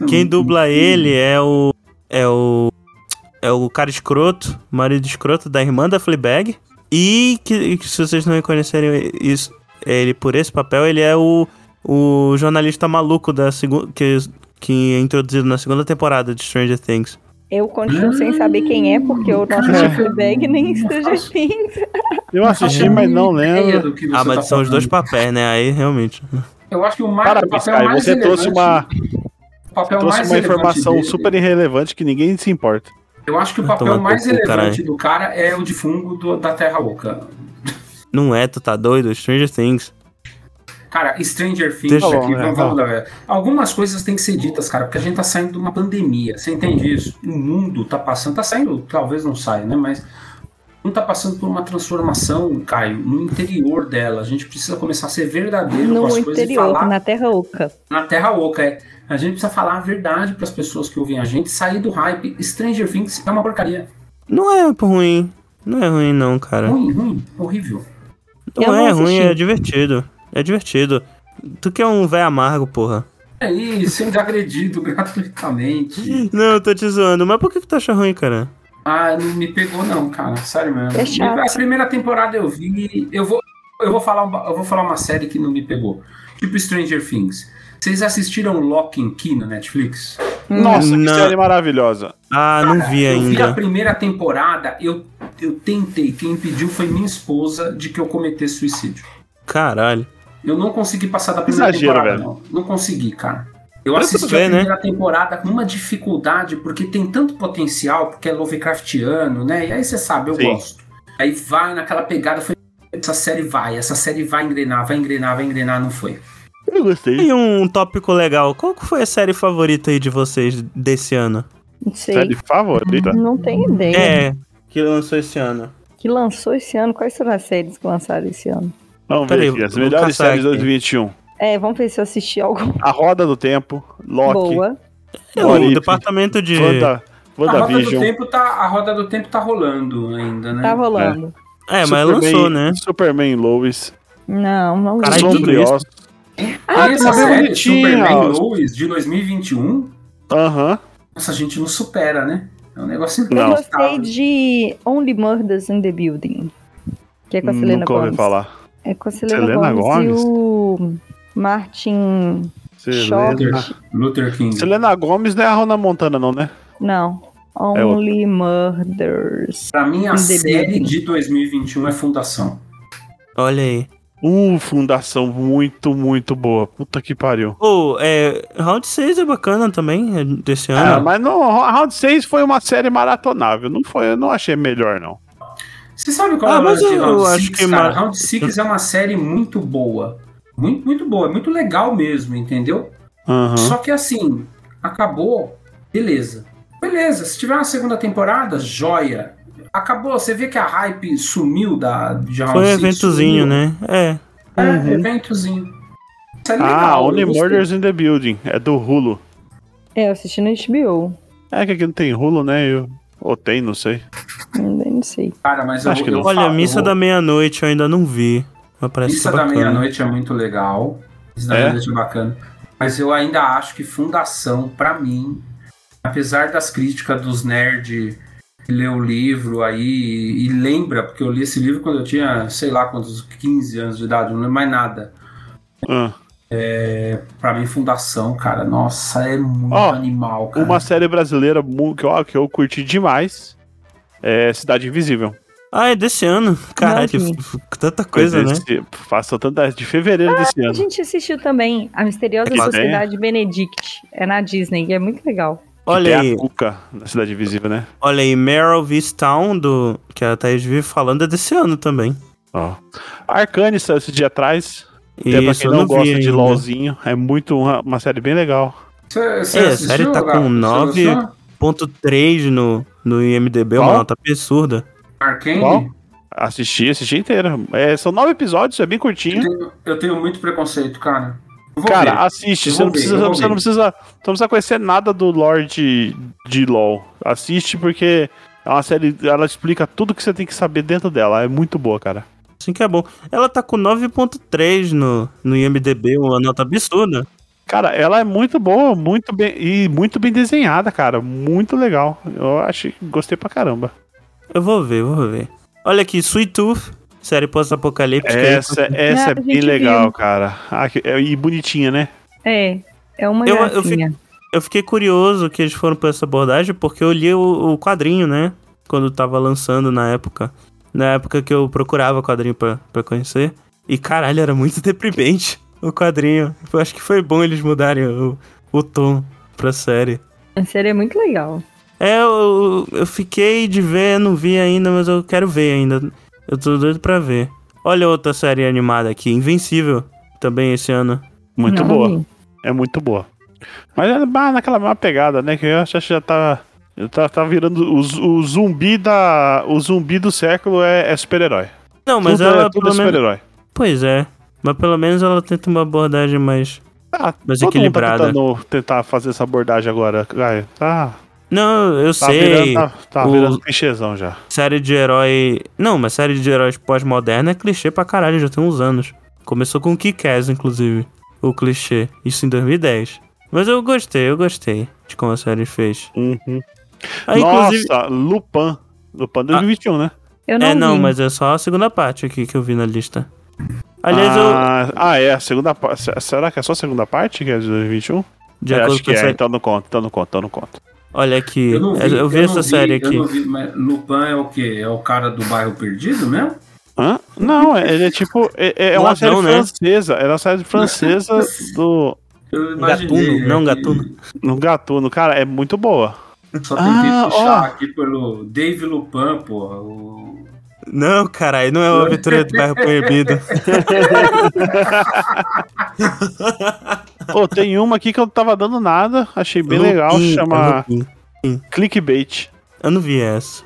Quem dubla ele é o. É o. É o cara escroto, marido escroto da irmã da Fleabag. E que, que se vocês não reconhecerem isso, ele por esse papel, ele é o, o jornalista maluco da segunda. Que, que é introduzido na segunda temporada de Stranger Things. Eu continuo sem saber quem é, porque eu não assisti Fleabag nem Stranger Things. Eu assisti, mas não É, lembro. Ah, mas são os dois papéis, né? Aí realmente. tá Eu acho que o mais, é o Parabéns, papel Caio. mais Você trouxe relevante- É uma, o papel trouxe mais uma relevante informação dele- né? super irrelevante que ninguém se importa. Eu acho que o Vai papel tomar mais no cu, relevante caralho. do cara é o de fungo do- da Terra Oca. Não é, tu tá doido? Stranger Things. Cara, Stranger Things, Deixa aqui, vamos, eu- né, vamos lá, velho. algumas coisas têm que ser ditas, cara, porque a gente tá saindo de uma pandemia, você entende isso? O mundo tá passando, tá saindo, talvez não saia, né, mas não tá passando por uma transformação, Caio, no interior dela. A gente precisa começar a ser verdadeiro com as No coisas e interior, né? falar na Terra Oca. na Terra Oca. É. A gente precisa falar a verdade para as pessoas que ouvem a gente, sair do hype. Stranger Things é uma porcaria. Não é ruim. Não é ruim, não, cara. Ruim, ruim, horrível. Não Eu é não ruim, assisti. é divertido. É divertido. Tu que é um velho amargo, porra. É isso, sendo agredido gratuitamente. Não, eu tô te zoando. Mas por que, que tu acha ruim, cara? Ah, não me pegou não, cara. Sério mesmo. É chato. A primeira temporada eu vi. Eu vou, eu vou, falar, uma, eu vou falar uma série que não me pegou. Tipo Stranger Things. Vocês assistiram Lock and Key na Netflix? Nossa, que Não. série maravilhosa. Ah, não vi eu vi a ainda. primeira temporada, eu, eu tentei. Quem impediu foi minha esposa de que eu cometesse suicídio. Caralho. Eu não consegui passar da primeira Exagero, temporada, velho. não. Não consegui, cara. Eu Mas assisti tudo bem, a né? primeira temporada com uma dificuldade, porque tem tanto potencial, porque é Lovecraftiano, né? E aí você sabe, eu Sim. gosto. Aí vai naquela pegada, foi. Essa série vai, essa série vai engrenar, vai engrenar, vai engrenar, não foi. Eu gostei. E um tópico legal. Qual que foi a série favorita aí de vocês desse ano? Não sei. Série favorita. Não tenho ideia. É, que lançou esse ano. É. Que lançou esse ano. Quais foram as séries que lançaram esse ano? Vamos Peraí, ver aqui. As vou melhores caçar séries de aqui. 2021. É, vamos ver se eu assisti alguma A Roda do Tempo, Loki, boa. É, What o If, departamento de. Wanda, a roda do WandaVision. tempo tá, a roda do tempo tá rolando ainda, né? Tá rolando. É, mas lançou, né? Superman Lois, Não, não Caralho, lembro. tudo isso. Sombrios. Ah, Ah, essa tá série bonitinho, Superman ó. Lois de 2021, Aham. nossa, a gente não supera, né? É um negócio Eu Não. gostei de Only Murders in the Building. Que é com a Selena Nunca ouvi Gomez. falar. É com a Selena, Selena Gomez, Gomez? e o Martin Selena. Short. Luther King. Selena Gomes não é a Rona Montana, não, né? Não. É outra. Only Murders. Pra mim, a The série Building. de 2021 é Fundação. Olha aí. Uh, fundação muito, muito boa. Puta que pariu. Pô, é. Round 6 é bacana também, é desse Ah, ano. mas no a Round 6 foi uma série maratonável. Não foi, eu não achei melhor, não. Você sabe qual Ah, é o mas lance de eu Round acho Six, que cara? ma- Round Six é uma série muito boa. Muito, muito boa, é muito legal mesmo, entendeu? Aham. Só que assim, acabou, beleza. Beleza, se tiver uma segunda temporada, joia. Acabou, você vê que a hype sumiu da, de Round Foi um Six, eventozinho, sumiu. né? É. É, eventozinho. Isso é Ah, legal, eu Only gostei. Murders in the Building. É do Hulu. É, eu assisti no HBO. É que aqui não tem Hulu, né? Eu... Ou tem, não sei. Ainda não sei. Cara, mas eu Acho vou- que eu não. vou Olha, falar, Missa eu da vou- Meia-Noite eu ainda não vi. Mas parece Missa que é da bacana. Meia-Noite é muito legal. Missa da É? Meia-Noite é bacana. Mas eu ainda acho que Fundação, pra mim, apesar das críticas dos nerds que lê o livro aí e, e lembra, porque eu li esse livro quando eu tinha, sei lá, quantos 15 anos de idade, não lembro mais nada. Ah. Pra mim, Fundação, cara, nossa, é muito Ó, animal, cara. Uma série brasileira mu- que eu, que eu curti demais é Cidade Invisível. Ah, é desse ano. Caralho, Não, sim. f- f- tanta é, coisa, né? Desse- Passou tanta. De fevereiro desse A ano. Ah, gente assistiu também A Misteriosa Aquela Sociedade Benedict. É na Disney, e é muito legal. Olha Tem aí, a Cuca na Cidade Invisível, né? olha aí, Meryl V's Town, do, que a Thaís vive falando, é desse ano também. Ó. A Arcane saiu esse dia atrás. E Até pra quem não, gosta de LOLzinho. LOLzinho. É muito uma, uma série bem legal. Você, você É, a assistiu, série tá Gabi? com Você nove. gostou? Ponto 3 no, no IMDB, Qual? uma nota absurda. Arcane? Qual? Assisti, assisti inteira. É, são nove episódios, é bem Eu curtinho. tenho, eu tenho muito preconceito, cara. Eu vou Cara, ver. assiste. Eu Você vou não, ver, precisa, eu vou você não precisa. Você não precisa conhecer nada do lore de, de LOL. Assiste porque é uma série. Ela explica tudo que você tem que saber dentro dela. É muito boa, cara. Assim que é bom. Ela tá com 9.3 no, no IMDB, uma nota absurda. Cara, ela é muito boa, muito bem e muito bem desenhada, cara, muito legal. Eu achei, gostei pra caramba. Eu vou ver, eu vou ver. Olha aqui, Sweet Tooth, série pós-apocalíptica. Essa, essa Ah, é a bem gente legal, viu. cara. Ah, que- é- e bonitinha, né? É, é uma Eu- eu gracinha. Eu fiquei curioso que eles foram por essa abordagem, porque eu li o, o quadrinho, né? Quando tava lançando na época. Na época que eu procurava quadrinho pra, pra conhecer. E caralho, era muito deprimente o quadrinho. Eu acho que foi bom eles mudarem o, o tom pra série. A série é muito legal. É, eu, eu fiquei de ver, não vi ainda, mas eu quero ver ainda. Eu tô doido pra ver. Olha outra série animada aqui, Invencível, também esse ano. Muito Não, assim, boa. amigo. É muito boa. Mas é ba- naquela mesma pegada, né? Que eu acho que já tá. já Tá, tá virando. O, zu- o zumbi da. O zumbi do século é, é super-herói. Não, mas tudo, é- ela tudo é pelo menos. super-herói. Pois é. Mas pelo menos ela tenta uma abordagem mais. Ah, Mas todo mundo tá equilibrada. tentando tentar fazer essa abordagem agora, Caio. Tá, Não, eu tá sei. virando, tá, tá o- virando clichêzão já. Série de herói. Não, mas série de heróis pós-moderna é clichê pra caralho, já tem uns anos. Começou com Kick-Ass, inclusive. O clichê. Isso em 2010. Mas eu gostei, eu gostei de como a série fez. Uhum. Ah, Nossa, inclusive. Ah. Lupin. Lupin 2021, né? Eu não É, não, vi. mas é só a segunda parte aqui que eu vi na lista. Aliás, eu. ah, ah, é, a segunda parte. Será que é só a segunda parte que é de 2021? De É, acordo acho com que é, essa... então não conta, então não conta, então não conta. Olha aqui. é, Eu não vi, eu vi eu essa não série eu aqui. não vi, mas Lupin é o quê? É o cara do bairro perdido mesmo? Hã? Não, é- ele é tipo. É, é Um uma ladrão, série né? francesa. É uma série francesa do. Eu imaginei. Gatuno, né, não que- gatuno. No Gatuno, cara, é muito boa. Só tentei Ah, puxar ó. aqui pelo Dave Lupin, porra. O... Não, caralho, não é o aventureiro do bairro proibido. Pô, tem uma aqui que eu não tava dando nada, achei bem legal, Lupin, chama é Lupin. Clickbait. Eu não vi essa.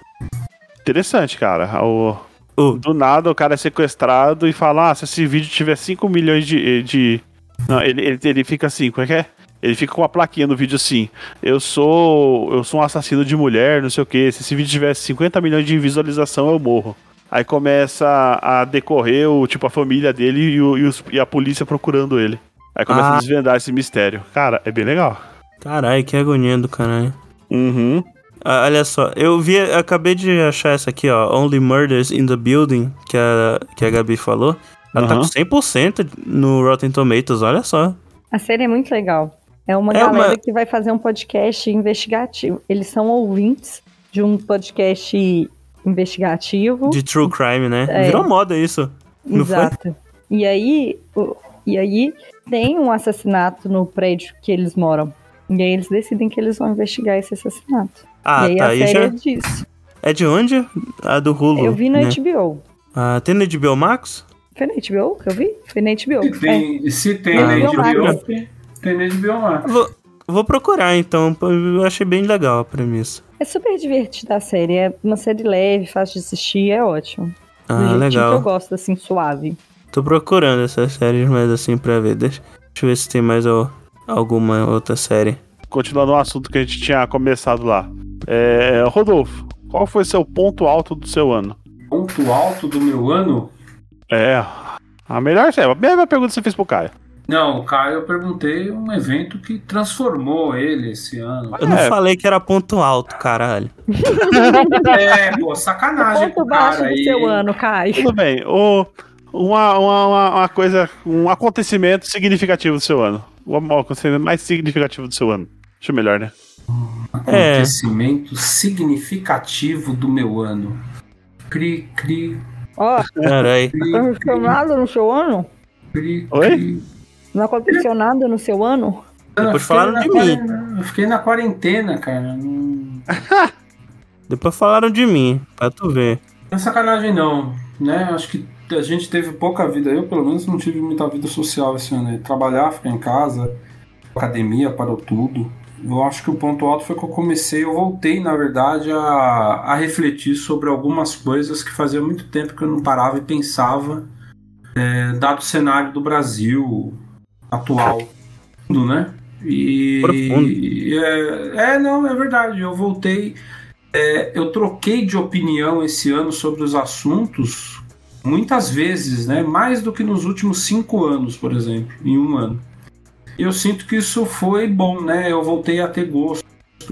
Interessante, cara. O, Ô. Do nada o cara é sequestrado e fala: Ah, se esse vídeo tiver 5 milhões de. de... Não, ele, ele, ele fica assim, como é que é? Ele fica com uma plaquinha no vídeo assim: Eu sou. Eu sou um assassino de mulher, não sei o que. Se esse vídeo tiver 50 milhões de visualização, eu morro. Aí começa a decorrer o tipo a família dele e, o- e os- e a polícia procurando ele. Aí começa Ah. a desvendar esse mistério. Cara, é bem legal. Caralho, que agonia do caralho. Uhum. Ah, olha só, eu vi, eu acabei de achar essa aqui, ó. Only Murders in the Building, que a, que a Gabi falou. Ela tá Aham. com 100% no Rotten Tomatoes, olha só. A série é muito legal. É uma É galera uma- que vai fazer um podcast investigativo. Eles são ouvintes de um podcast investigativo. De True Crime, né? É. Virou moda isso. não foi? Exato. E aí, o- e aí tem um assassinato no prédio que eles moram. E aí eles decidem que eles vão investigar esse assassinato. Ah, e aí tá. a E série já... é disso. É de onde? A do Hulu. Eu vi na né? HBO. Ah, tem no HBO Max? Foi na HBO que eu vi? Foi na HBO. Se É. tem, se tem Ah, na não HBO, tem tem na HBO lá. Vou, vou procurar então, pô, eu achei bem legal a premissa. É super divertida a série. É uma série leve, fácil de assistir, é ótimo. Do Ah, jeitinho que eu legal. gosto, assim, suave. Tô procurando essas séries mais assim pra ver. Deixa, deixa eu ver se tem mais al- alguma outra série. continuando o assunto que a gente tinha começado lá. É, Rodolfo, qual foi seu ponto alto do seu ano? Ponto alto do meu ano? É. A melhor é a mesma pergunta que você fez pro Caio. Não, cara, eu perguntei um evento que transformou ele esse ano. Eu não É. falei que era ponto alto, caralho. É, pô, O sacanagem com ponto o cara baixo do aí. seu ano, Caio. Tudo bem. O, uma, uma, uma- uma coisa, um acontecimento significativo do seu ano. O um acontecimento mais significativo do seu ano. Acho melhor, né? É. Ah, Acontecimento significativo do meu ano. Cri, cri, Ó, Caralho. cri. não aconteceu nada no seu ano? cri, cri. Oi? Não aconteceu nada no seu ano? Eu Depois fiquei falaram na de quarentena- Eu fiquei na quarentena, cara. Não Depois falaram de mim, pra tu ver. não é sacanagem, não. Né? Acho que a gente teve pouca vida. Eu, pelo menos, não tive muita vida social esse ano. aí. Trabalhar, ficar em casa, academia, parou tudo. Eu acho que o ponto alto foi que eu comecei, eu voltei, na verdade, a, a refletir sobre algumas coisas que fazia muito tempo que eu não parava e pensava, é, dado o cenário do Brasil atual, tudo, né? E, Profundo. e, é, é, não, é verdade. Eu voltei, é, eu troquei de opinião esse ano sobre os assuntos muitas vezes, né? Mais do que nos últimos cinco anos, por exemplo, em um ano eu sinto que isso foi bom, né? Eu voltei a ter gosto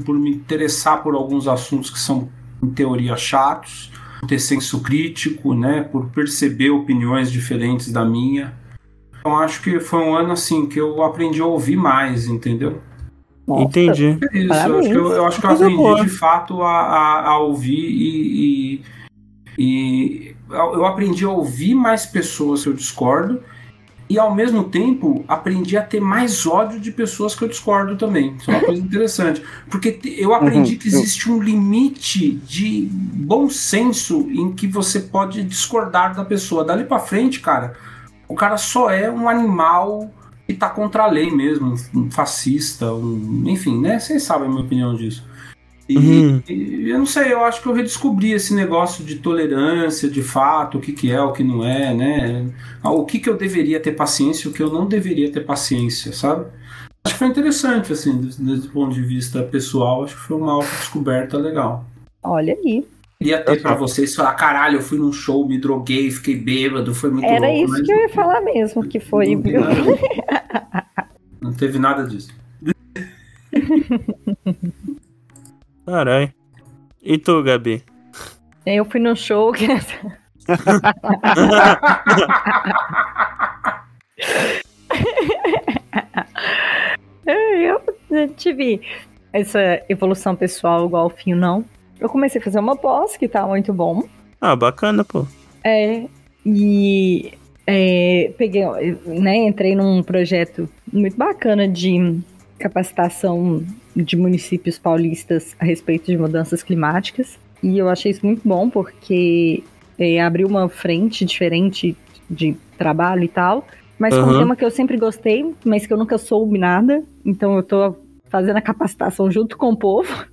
por me interessar por alguns assuntos que são, em teoria, chatos, por ter senso crítico, né? Por perceber opiniões diferentes da minha. Então acho que foi um ano assim que eu aprendi a ouvir mais, entendeu? Nossa. Entendi. É isso. Eu Parabéns. acho que eu, eu acho que eu Coisa aprendi boa. de fato a, a- a ouvir e, e- e eu aprendi a ouvir mais pessoas que eu discordo e ao mesmo tempo aprendi a ter mais ódio de pessoas que eu discordo também. Isso é uma coisa interessante. Porque te- eu aprendi Uhum, que eu- existe um limite de bom senso em que você pode discordar da pessoa. Dali pra frente, cara, o cara só é um animal que tá contra a lei mesmo, um fascista, um. Enfim, né? Vocês sabem a minha opinião disso. E, Uhum. e eu não sei, eu acho que eu redescobri esse negócio de tolerância, de fato, o que, que é, o que não é, né? Ah, O que, que eu deveria ter paciência e o que eu não deveria ter paciência, sabe? Acho que foi interessante, assim, desse, desse ponto de vista pessoal, acho que foi uma autodescoberta legal. Olha aí. Queria ter pra vocês falar, caralho, eu fui num show, me droguei, fiquei bêbado, foi muito Era louco, isso mas que eu ia falar mesmo, que foi. não, teve nada- não teve nada disso. Caralho. E tu, Gabi? Eu fui no show que é eu não tive essa evolução pessoal igual ao fio, não. Eu comecei a fazer uma pós, que tá muito bom. Ah, bacana, pô. É, e é, peguei, né, entrei num projeto muito bacana de capacitação de municípios paulistas a respeito de mudanças climáticas. E eu achei isso muito bom porque é, abriu uma frente diferente de trabalho e tal. Mas com Aham. um tema que eu sempre gostei, mas que eu nunca soube nada. Então eu tô fazendo a capacitação junto com o povo.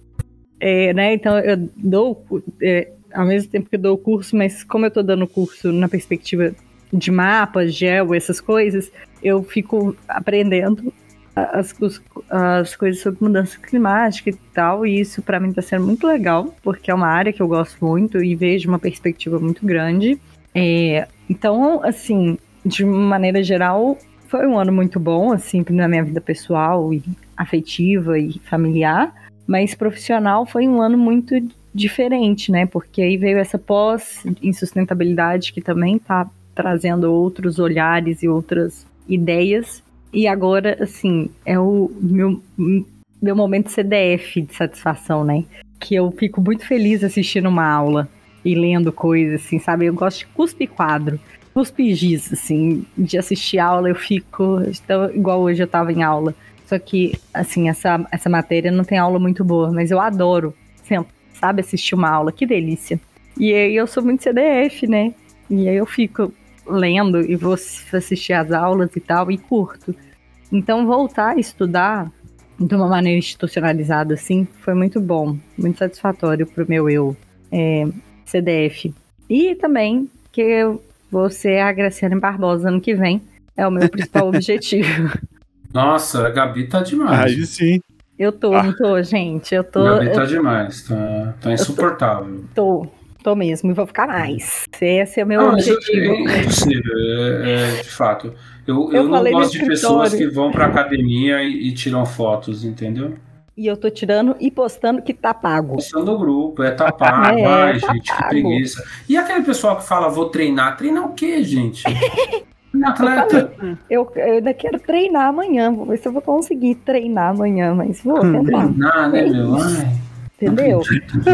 É, né, então eu dou é, ao mesmo tempo que eu dou o curso, mas como eu tô dando o curso na perspectiva de mapas, gel, essas coisas, eu fico aprendendo a- as, os- as coisas sobre mudança climática e tal, e isso pra mim tá sendo muito legal, porque é uma área que eu gosto muito e vejo uma perspectiva muito grande. É, então, assim, de maneira geral, foi um ano muito bom, assim, na minha vida pessoal e afetiva e familiar, mas profissional foi um ano muito diferente, né? Porque aí veio essa pós em sustentabilidade que também tá trazendo outros olhares e outras ideias. E agora, assim, é o meu, meu momento CDF de satisfação, né? Que eu fico muito feliz assistindo uma aula e lendo coisas, assim, sabe? Eu gosto de cuspe quadro, cuspe giz, assim, de assistir aula eu fico. Então, igual hoje eu tava em aula. Só que, assim, essa, essa matéria não tem aula muito boa, mas eu adoro sentar sabe, assistir uma aula, que delícia. E aí eu sou muito CDF, né? E aí eu fico lendo e vou ass- assistir as aulas e tal, e curto. Então voltar a estudar de uma maneira institucionalizada, assim, foi muito bom, muito satisfatório pro meu eu é, CDF. E também que eu vou ser a Graciane Barbosa ano que vem, é o meu principal objetivo. Nossa, a Gabi tá demais. Aí sim. Eu tô, Ah. não tô, gente, eu a tô, Gabi eu tá demais, tá, tá insuportável. tô, tô mesmo, e vou ficar mais. Esse é o meu Não, isso objetivo. é impossível, é, é, de fato. Eu, eu, Eu não falei no gosto de pessoas escritório. que vão pra academia e, e tiram fotos, entendeu? E eu tô tirando e postando que tá pago. Postando no grupo, é tapar, É, ai, tá gente, que pago. preguiça. E aquele pessoal que fala, vou treinar, treinar o quê, gente? Um atleta. Eu, eu ainda quero treinar amanhã. Vou ver se eu vou conseguir treinar amanhã, mas vou tentar, Treinar, né, meu? Ai, não entendeu? acredito, gente.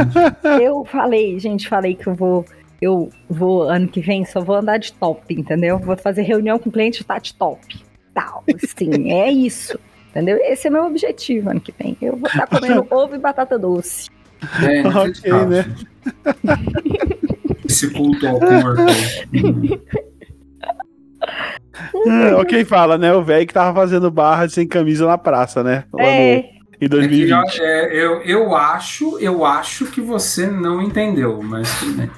Eu falei, gente, falei que eu vou Eu vou, ano que vem, só vou andar de top, entendeu? Vou fazer reunião com o cliente e tá de top. Tal, sim, é isso. Entendeu? Esse é meu objetivo ano que vem. Eu vou estar comendo ovo e batata doce. É, inacreditável, né? gente. Esse culto ao né? corpo. É, ok, fala, né? O velho que tava fazendo barra sem camisa na praça, né? Lá no- É, em É que 2020. já- é, eu, eu acho, eu acho que você não entendeu, mas tudo bem.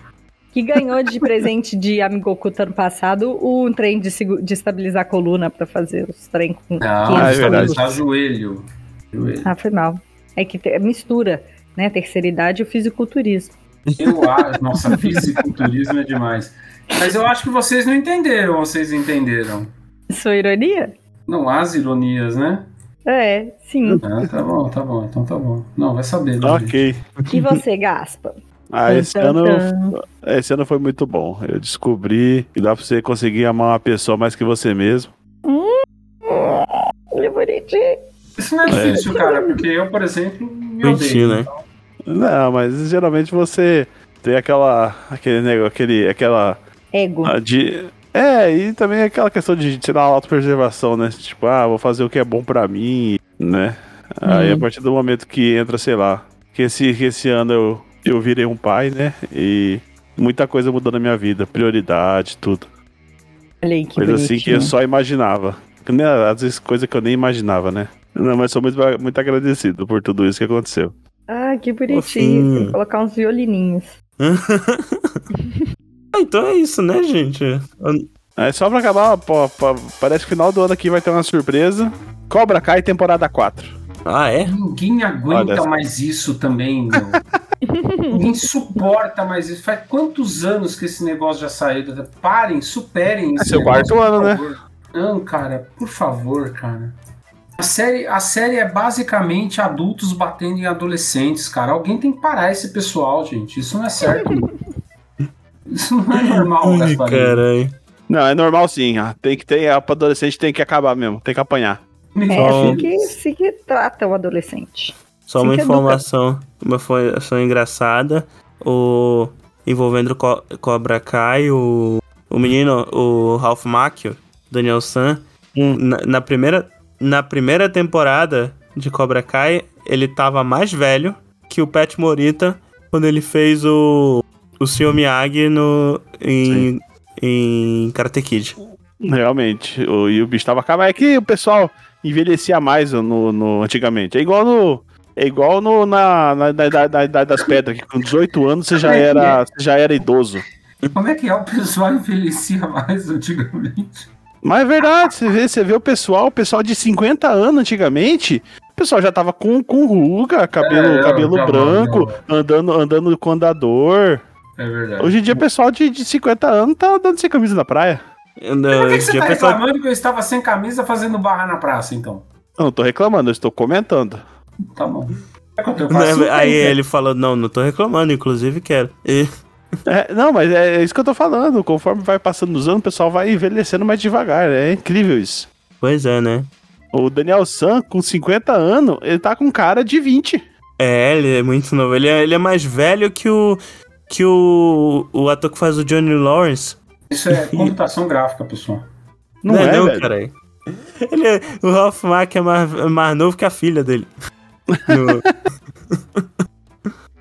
que ganhou de presente de amigo oculto ano passado um trem de, segu- de estabilizar a coluna pra fazer os trem com. Não, 15 é verdade. quilos. Tá joelho. Joelho. Ah, foi mal. É que te- mistura, né? Terceira idade e o fisiculturismo. Eu acho, nossa, fisiculturismo é demais. Mas eu acho que vocês não entenderam, ou vocês entenderam. Isso é ironia? Não há as ironias, né? É, sim. Ah, tá bom, tá bom, então tá bom. Não, vai saber. né, gente? Ok. E você, Gaspa? Ah, esse Tan, tan, ano, tan. esse ano foi muito bom. Eu descobri que dá pra você conseguir amar uma pessoa mais que você mesmo. Ele é bonitinho. Isso não é É. difícil, cara, porque eu, por exemplo, me Mentira, odeio. né? Não, mas geralmente você tem aquela. aquele negócio, aquele, aquela. Ego. ah, De, é, e também aquela questão de, sei lá, autopreservação, né? Tipo, ah, vou fazer o que é bom pra mim, né? Aí Uhum. a partir do momento que entra, sei lá, que esse, que esse ano eu, eu virei um pai, né? E muita coisa mudou na minha vida, prioridade, tudo. Olha aí que Coisa assim que eu bonitinho. só imaginava. Que nem- Às vezes coisa que eu nem imaginava, né? Não, mas sou muito, muito agradecido por tudo isso que aconteceu. Ah, que bonitinho. Fofinho. Tem que colocar uns violininhos. Ah, então é isso, né, gente? Aí É só pra acabar, pô, pô, parece que final do ano aqui vai ter uma surpresa. Cobra Kai temporada 4. Ah, é? Ninguém aguenta Olha. mais isso também, meu. Ninguém suporta mais isso. Faz quantos anos que esse negócio já saiu? Parem, superem isso. É seu quarto ano, né? Não, cara, por favor, cara. A série, a série é basicamente adultos batendo em adolescentes, cara. Alguém tem que parar esse pessoal, gente. Isso não é certo. isso não é normal, Ai, Gasparinho. caralho. Não, é normal sim. ó. Tem que ter, a pra adolescente tem que acabar mesmo, tem que apanhar. Me É Só- assim fala. que, assim que trata o adolescente. Só Sim, uma que educa. informação, uma informação engraçada. O envolvendo co Cobra Kai, o, o menino, o Ralph Macchio, Daniel San, na, na primeira na primeira temporada de Cobra Kai, ele tava mais velho que o Pat Morita quando ele fez o o Sr. Miyagi no em, em Karate Kid. Realmente. O, e o bicho tava acabando. É que o pessoal envelhecia mais no, no- antigamente. É igual no. É igual no, na, na, na- na- na idade das pedras, que com 18 anos você já era, você já era idoso. Como é que é o pessoal envelhecia mais antigamente? Mas é verdade, você vê, você vê o pessoal, o pessoal de 50 anos antigamente, o pessoal já tava com, com ruga, cabelo, É, cabelo tá bom, branco, andando andando com andador. É verdade. Hoje em dia o pessoal de, de 50 anos tá andando sem camisa na praia. Por que, que você tá reclamando que eu estava sem camisa fazendo barra na praça, então? Eu não tô reclamando, eu estou comentando. Tá bom. É que eu tenho- Não, faço um aí tempo. ele falou, não, não tô reclamando, inclusive quero. E- É, não, mas é isso que eu tô falando. Conforme vai passando os anos, o pessoal vai envelhecendo mais devagar. É incrível isso. pois é, né? O Daniel San, com 50 anos, ele tá com cara de 20. É, ele é muito novo. Ele é, ele é mais velho que o. que o. o ator que faz o Johnny Lawrence. Isso é computação gráfica, pessoal. Não é, não, velho. caralho. Ele é- o Ralph Mack é mais, é mais novo que a filha dele. No-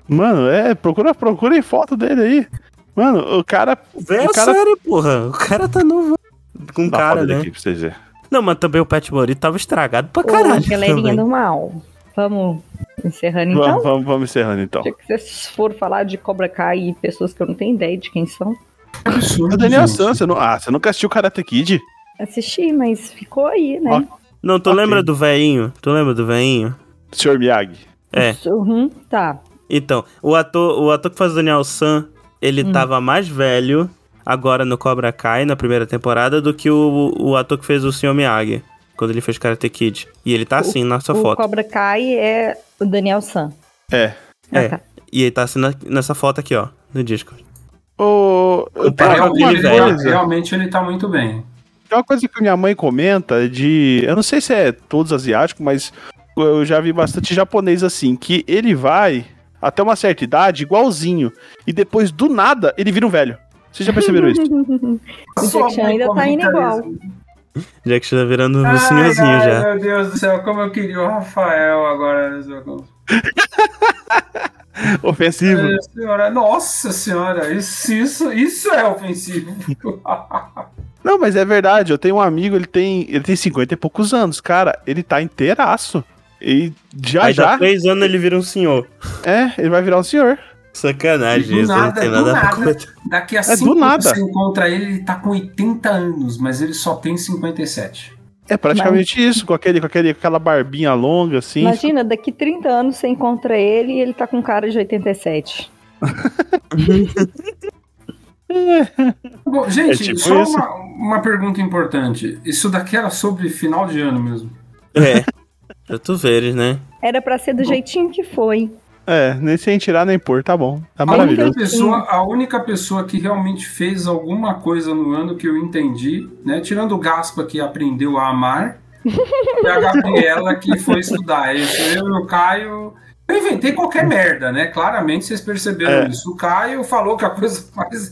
Mano, é, procura, procura em foto dele aí. Mano, o cara. Velho, o cara é sério, porra. O cara tá novo. Com Dá cara, foto dele né? aqui pra vocês verem. Não, mas também o Pat Morita tava estragado pra Ô, é caralho. galerinha também. do mal. Vamos encerrando então? Vamos, vamos, vamos encerrando então. Já que vocês foram falar de Cobra Kai e pessoas que eu não tenho ideia de quem são, É Absurdo. É O Daniel gente. San, você não, ah, você nunca assistiu Karate Kid? assisti, mas ficou aí, né? Ó. Não, tu Ok. lembra do velhinho? Tu lembra do velhinho? Sr. Miyagi. É. Uhum, tá. Então, o ator, o ator que faz o Daniel San, ele tava mais velho agora no Cobra Kai, na primeira temporada, do que o, o ator que fez o Sr. Miyagi, quando ele fez Karate Kid. E ele tá assim nessa o foto. Cobra Kai é o Daniel San. É. Ah, É. tá. E ele tá assim na- nessa foto aqui, ó, no disco. Ô, eu cara tava é com um uma Billy, Realmente, velho. ele tá, coisa. realmente ele tá muito bem. Tem uma coisa que minha mãe comenta de. Eu não sei se é todos asiáticos, mas eu já vi bastante japonês assim, que ele vai. até uma certa idade, igualzinho. E depois, do nada, ele vira um velho. Vocês já perceberam isso? O Sua Jack Chan mãe ainda tá come indo cabeça. igual. Jack Chan tá virando um Ai, senhorzinho ai, já. Meu Deus do céu, como eu queria o Rafael agora nessa conversa. Ofensivo. Nossa senhora, nossa senhora, isso, isso, isso é ofensivo. Não, mas é verdade. Eu tenho um amigo, ele tem, ele tem 50 e poucos anos. Cara, ele tá inteiraço. E já Aí dá já, três anos ele vira um senhor. é, ele vai virar um senhor. Sacanagem, Do isso não nada, tem do nada a nada. ver. Daqui a É do 5 anos nada. você encontra ele, ele tá com 80 anos, mas ele só tem 57. É praticamente isso, com, aquele, com, aquele, com aquela barbinha longa, assim. Imagina, daqui 30 anos você encontra ele e ele tá com cara de 87. Bom, gente, É tipo só isso. uma, uma pergunta importante. Isso daqui era sobre final de ano mesmo. É. Pra tu veres, né? Era pra ser do jeitinho que foi. É, nem sem tirar nem pôr, tá bom. Tá A única, maravilhoso. pessoa, a única pessoa que realmente fez alguma coisa no ano que eu entendi, né? Tirando o Gaspa que aprendeu a amar, e a Gabriela que foi estudar. Isso, eu e o Caio. Eu inventei qualquer merda, né? Claramente vocês perceberam É. isso. O Caio falou que a coisa mais.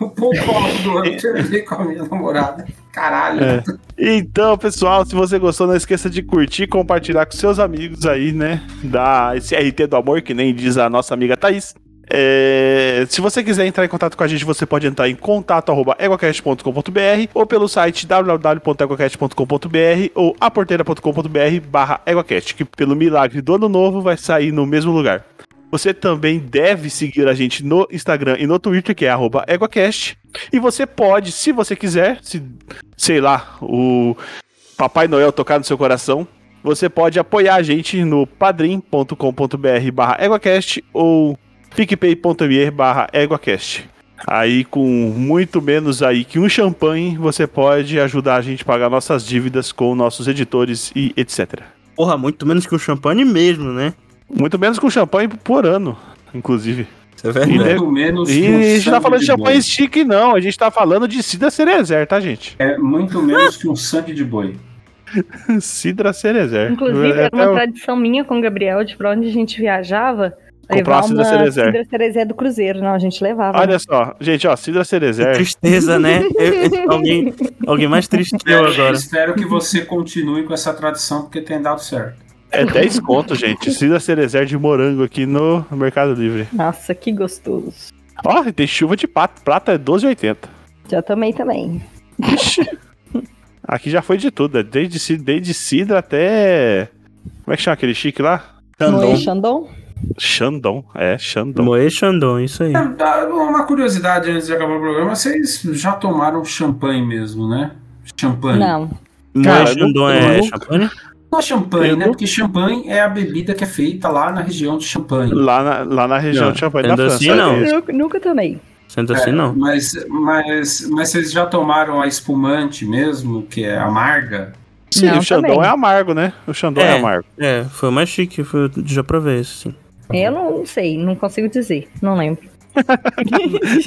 O pouco alto do ano que eu inventei com a minha namorada. Caralho. É. Então, pessoal, se você gostou, não esqueça de curtir e compartilhar com seus amigos aí, né? Da esse RT do amor, que nem diz a nossa amiga Thaís. É, se você quiser entrar em contato com a gente, você pode entrar em contato@egocast.com.br ou pelo site www.egocast.com.br ou aporteira.com.br barra egocast, que pelo milagre do ano novo vai sair no mesmo lugar. Você também deve seguir a gente no Instagram e no Twitter, que é arroba egocast. E você pode, se você quiser, se sei lá, o Papai Noel tocar no seu coração, você pode apoiar a gente no padrim.com.br barra EguaCast ou picpay.me barra EguaCast. Aí com muito menos aí que um champanhe, você pode ajudar a gente a pagar nossas dívidas com nossos editores e etc. Porra, muito menos que o champanhe mesmo, né? Muito menos com champanhe por ano, inclusive. Isso é verdade. E deve- Muito menos. E que um a gente tá sangue falando de champanhe boi. chique não, a gente tá falando de Cidra Cerezer, tá gente? É muito menos que um sangue de boi. Cidra Cerezer. Inclusive, É era até uma o- tradição minha com o Gabriel, de pra onde a gente viajava, Comprar uma cidra cerezé. cidra cerezé do cruzeiro. Não, a gente levava. né? Olha só, gente, ó, Cidra Que Cerezer. Tristeza, né? Eu- eu- alguém, alguém mais triste que eu agora. Espero que você continue com essa tradição, porque tem dado certo. É 10 conto, gente. Cidra Cerezer de morango aqui no Mercado Livre. Nossa, que gostoso. Ó, e tem chuva de pato. Prata é 12,80. Já tomei também. Aqui já foi de tudo, né? desde, ci- desde Cidra até. Como é que chama aquele chique lá? Xandão. Moe Xandão? Xandão. É, Xandão. Moe Xandão, isso aí. Ah, Uma curiosidade antes de acabar o programa, vocês já tomaram champanhe mesmo, né? Hum. Champanhe. Não. Moe Cara, Xandão eu é nunca- champanhe? Não é champanhe, Eu né? não- Porque champanhe é a bebida que é feita lá na região de champanhe. Lá na, lá na região Não, de Champagne da ainda França. assim, não. É, Nunca, nunca tomei. Sendo É. assim, não. Mas, mas, mas vocês já tomaram a espumante mesmo, que é amarga? Sim, Não, o Xandão também. é amargo, né? O Xandão é, É. amargo. É, foi o assim. mais chique, foi, eu já provei isso, sim. Eu não sei, não consigo dizer. Não lembro.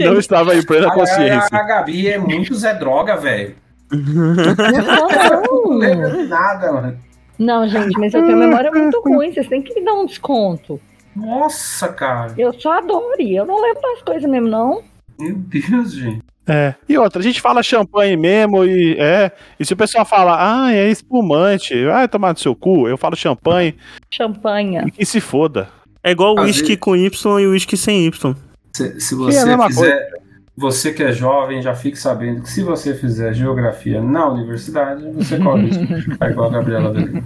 Não estava em plena A, consciência. a Gabi é muito Zé Droga, velho. Não não, lembra de nada, mano. não, gente, mas eu tenho a memória muito ruim. Vocês têm que me dar um desconto. Nossa, cara. Eu só adoro. e Eu não lembro das coisas mesmo, não. Meu Deus, gente. É. E outra, a gente fala champanhe mesmo e é. E se o pessoal fala, ah, é espumante, vai tomar no seu cu, eu falo champanhe Champanha. e que se foda. É igual Às whisky vezes- com Y e whisky sem Y. Se, se é a você mesma fizer. Você que é jovem, já fique sabendo que se você fizer geografia na universidade, você corre o risco de ficar igual a Gabriela Belli.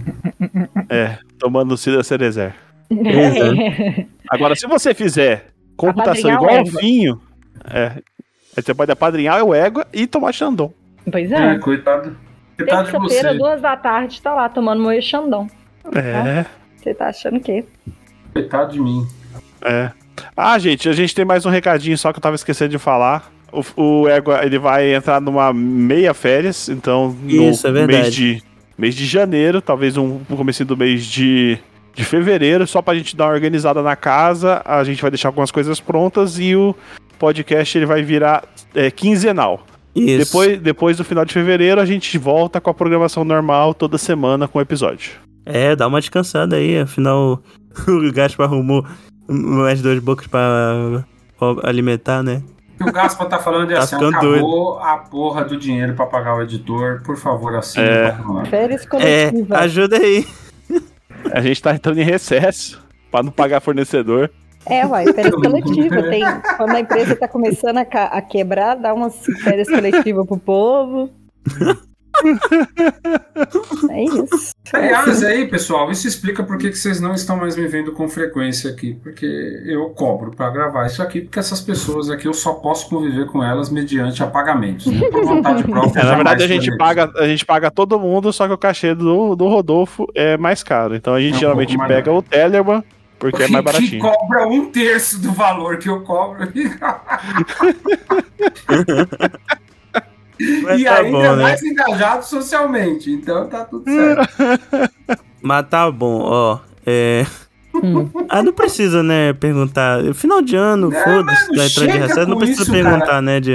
É, tomando Cida Cerezer. Exato. Agora, se você fizer computação Apadrinhar igual o ao égua. vinho, é. Aí você pode apadrinhar o égua e tomar Xandão. Pois É, é. coitado. Coitado de Terça-feira, você. duas da tarde, tá lá tomando moe Xandão. É, Você tá achando o quê? Coitado de mim. é. Ah, gente, a gente tem mais um recadinho só que eu tava esquecendo de falar. O, o égua, ele vai entrar numa meia férias, então no Isso, é verdade. mês de mês de janeiro, talvez um no comecinho do mês de de fevereiro, só pra gente dar uma organizada na casa, a gente vai deixar algumas coisas prontas e o podcast ele vai virar é, quinzenal. Isso. Depois, depois do final de fevereiro, a gente volta com a programação normal toda semana com o episódio. É, dá uma descansada aí, afinal o Gaspar arrumou mais duas bocas pra, pra alimentar, né? O que o Gaspa tá falando é Tá assim: ficando acabou a porra do dinheiro pra pagar o editor, por favor, assine. É. pra nós. É, Férias coletivas. ajuda aí. A gente tá entrando em recesso pra não pagar fornecedor. É, uai, férias coletivas. Tem, quando a empresa tá começando a, ca- a quebrar, dá umas férias coletivas pro povo. É isso. Aliás, aí, pessoal, isso explica por que que vocês não estão mais me vendo com frequência aqui. Porque eu cobro pra gravar isso aqui, porque essas pessoas aqui eu só posso conviver com elas mediante apagamentos. Né? Por vontade própria. É, na jamais verdade, a gente, poderia. paga, a gente paga todo mundo, só que o cachê do, do Rodolfo é mais caro. Então a gente É um geralmente pouco mais pega o Telegram, porque é mais Que- Que baratinho. cobra um terço do valor que eu cobro. Mas e tá ainda bom, né? Hum. mais engajado socialmente. Então tá tudo certo. Mas tá bom, ó. É. Hum. Ah, não precisa, né, perguntar. Final de ano, Não, foda-se, mano, tá entrando de chega recesso. Não com precisa isso, perguntar, cara. né, de,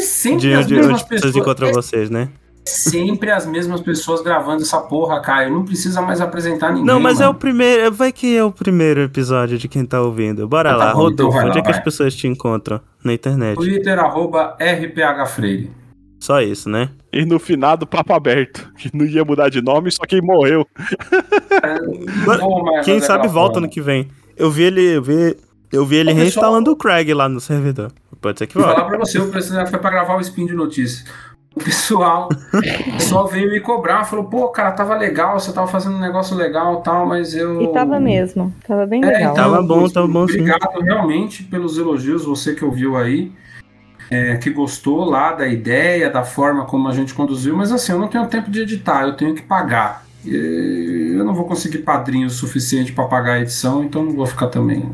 de, sempre de as onde mesmas as pessoas pessoas. encontram vocês, né? Sempre as mesmas pessoas gravando essa porra, Caio. Não precisa mais apresentar ninguém. Não, mas é o mano. primeiro. Vai que é o primeiro episódio de quem tá ouvindo. Bora Tá lá, bom, então Rodolfo. vai lá, Onde é que vai. as pessoas te encontram? Na internet. Twitter, arroba rphfreire. Só isso, né? E no finado, papo aberto. Que não ia mudar de nome, só quem morreu. Mano, Vou mais Quem fazer sabe aquela volta forma. no que vem. Eu vi ele. Eu vi, eu vi ele Ô, pessoal. reinstalando o Craig lá no servidor. Pode ser que Vou volte. falar pra você, o pessoal foi pra gravar o spin de notícias. O pessoal, o pessoal veio me cobrar, falou, pô, cara, tava legal, você tava fazendo um negócio legal e tal, mas eu. E tava mesmo. Tava bem É, Hum, legal. então, Tava bom, Luiz, tava bom sim. Obrigado realmente pelos elogios, você que ouviu aí, é, que gostou lá da ideia, da forma como a gente conduziu, mas assim, eu não tenho tempo de editar, eu tenho que pagar. E eu não vou conseguir padrinho o suficiente pra pagar a edição, então não vou ficar também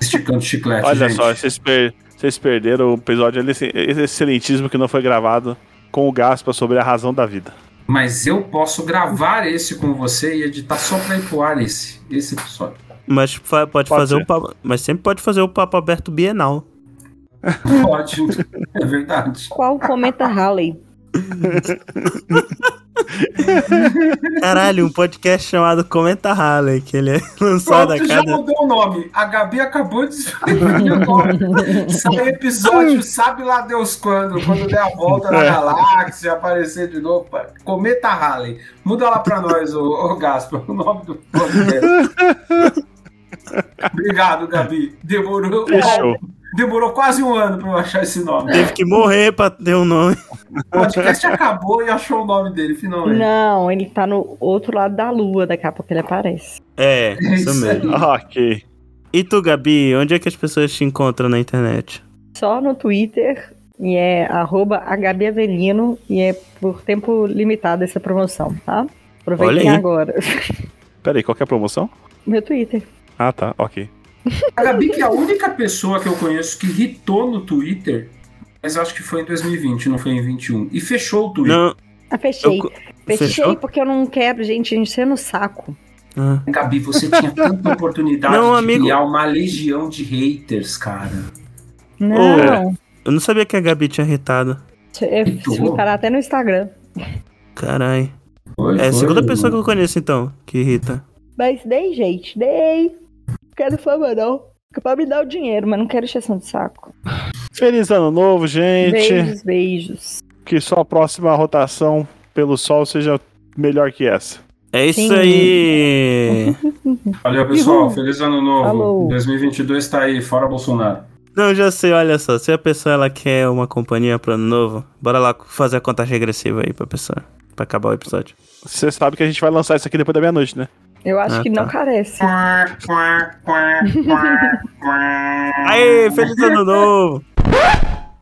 esticando chiclete. Olha gente. só, vocês, per- vocês perderam o episódio exce- excelentíssimo que não foi gravado com o Gaspa sobre a razão da vida. Mas eu posso gravar esse com você e editar só pra ir pro ar esse, esse episódio. Mas fa- pode, Pode fazer ser. o papo, Mas sempre pode fazer o papo aberto bienal. Pode, é verdade. Qual o cometa Halley? Caralho, um podcast chamado Comenta Halley, que ele é lançado Pronto, a já cada. mudou o nome. A Gabi acabou de escrever o nome. Sai episódio, sabe lá Deus quando. Quando der a volta É. na galáxia, aparecer de novo. pá, Cometa Halley. Muda lá pra nós, ô, ô Gaspar, o nome do podcast. Obrigado, Gabi. Demorou, Fechou. demorou quase um ano pra eu achar esse nome. Teve que morrer pra ter um nome. O podcast acabou e achou o nome dele, finalmente. Não, ele tá no outro lado da lua, daqui a pouco ele aparece. É, É isso isso mesmo. aí. ok. E tu, Gabi, onde é que as pessoas te encontram na internet? Só no Twitter, e é arroba HB Avelino, e é por tempo limitado essa promoção, tá? Aproveitem Olha aí. agora. Peraí, qual que é a promoção? Meu Twitter. Ah, tá, ok. A Gabi, que é a única pessoa que eu conheço que irritou no Twitter, mas eu acho que foi em 2020, não foi em 21. E fechou o Twitter. Não. Ah, fechei. Eu co- fechei Fechou? porque eu não quero, gente, encher no saco. Ah. Gabi, você tinha tanta oportunidade Não, de amigo. criar uma legião de haters, cara. Não. Eu não sabia que a Gabi tinha irritado. É, Irritou? ficará até no Instagram. Carai. É a segunda pessoa que eu conheço, então, que irrita. Mas dei, gente, dei. Não quero fama, não. Que Pode me dar o dinheiro, mas não quero encheção de saco. Feliz ano novo, gente. Beijos, beijos. Que sua próxima rotação pelo sol seja melhor que essa. É isso Sim. aí! Valeu, pessoal. uh, Uhul. Feliz ano novo. Falou. 2022 tá aí, fora Bolsonaro. Não, já sei, olha só. Se a pessoa ela quer uma companhia pro ano novo, bora lá fazer a contagem regressiva aí pra pessoa. Pra acabar o episódio. Você sabe que a gente vai lançar isso aqui depois da meia-noite, né? Eu acho Ah, que tá. não carece. Aê, feliz ano novo!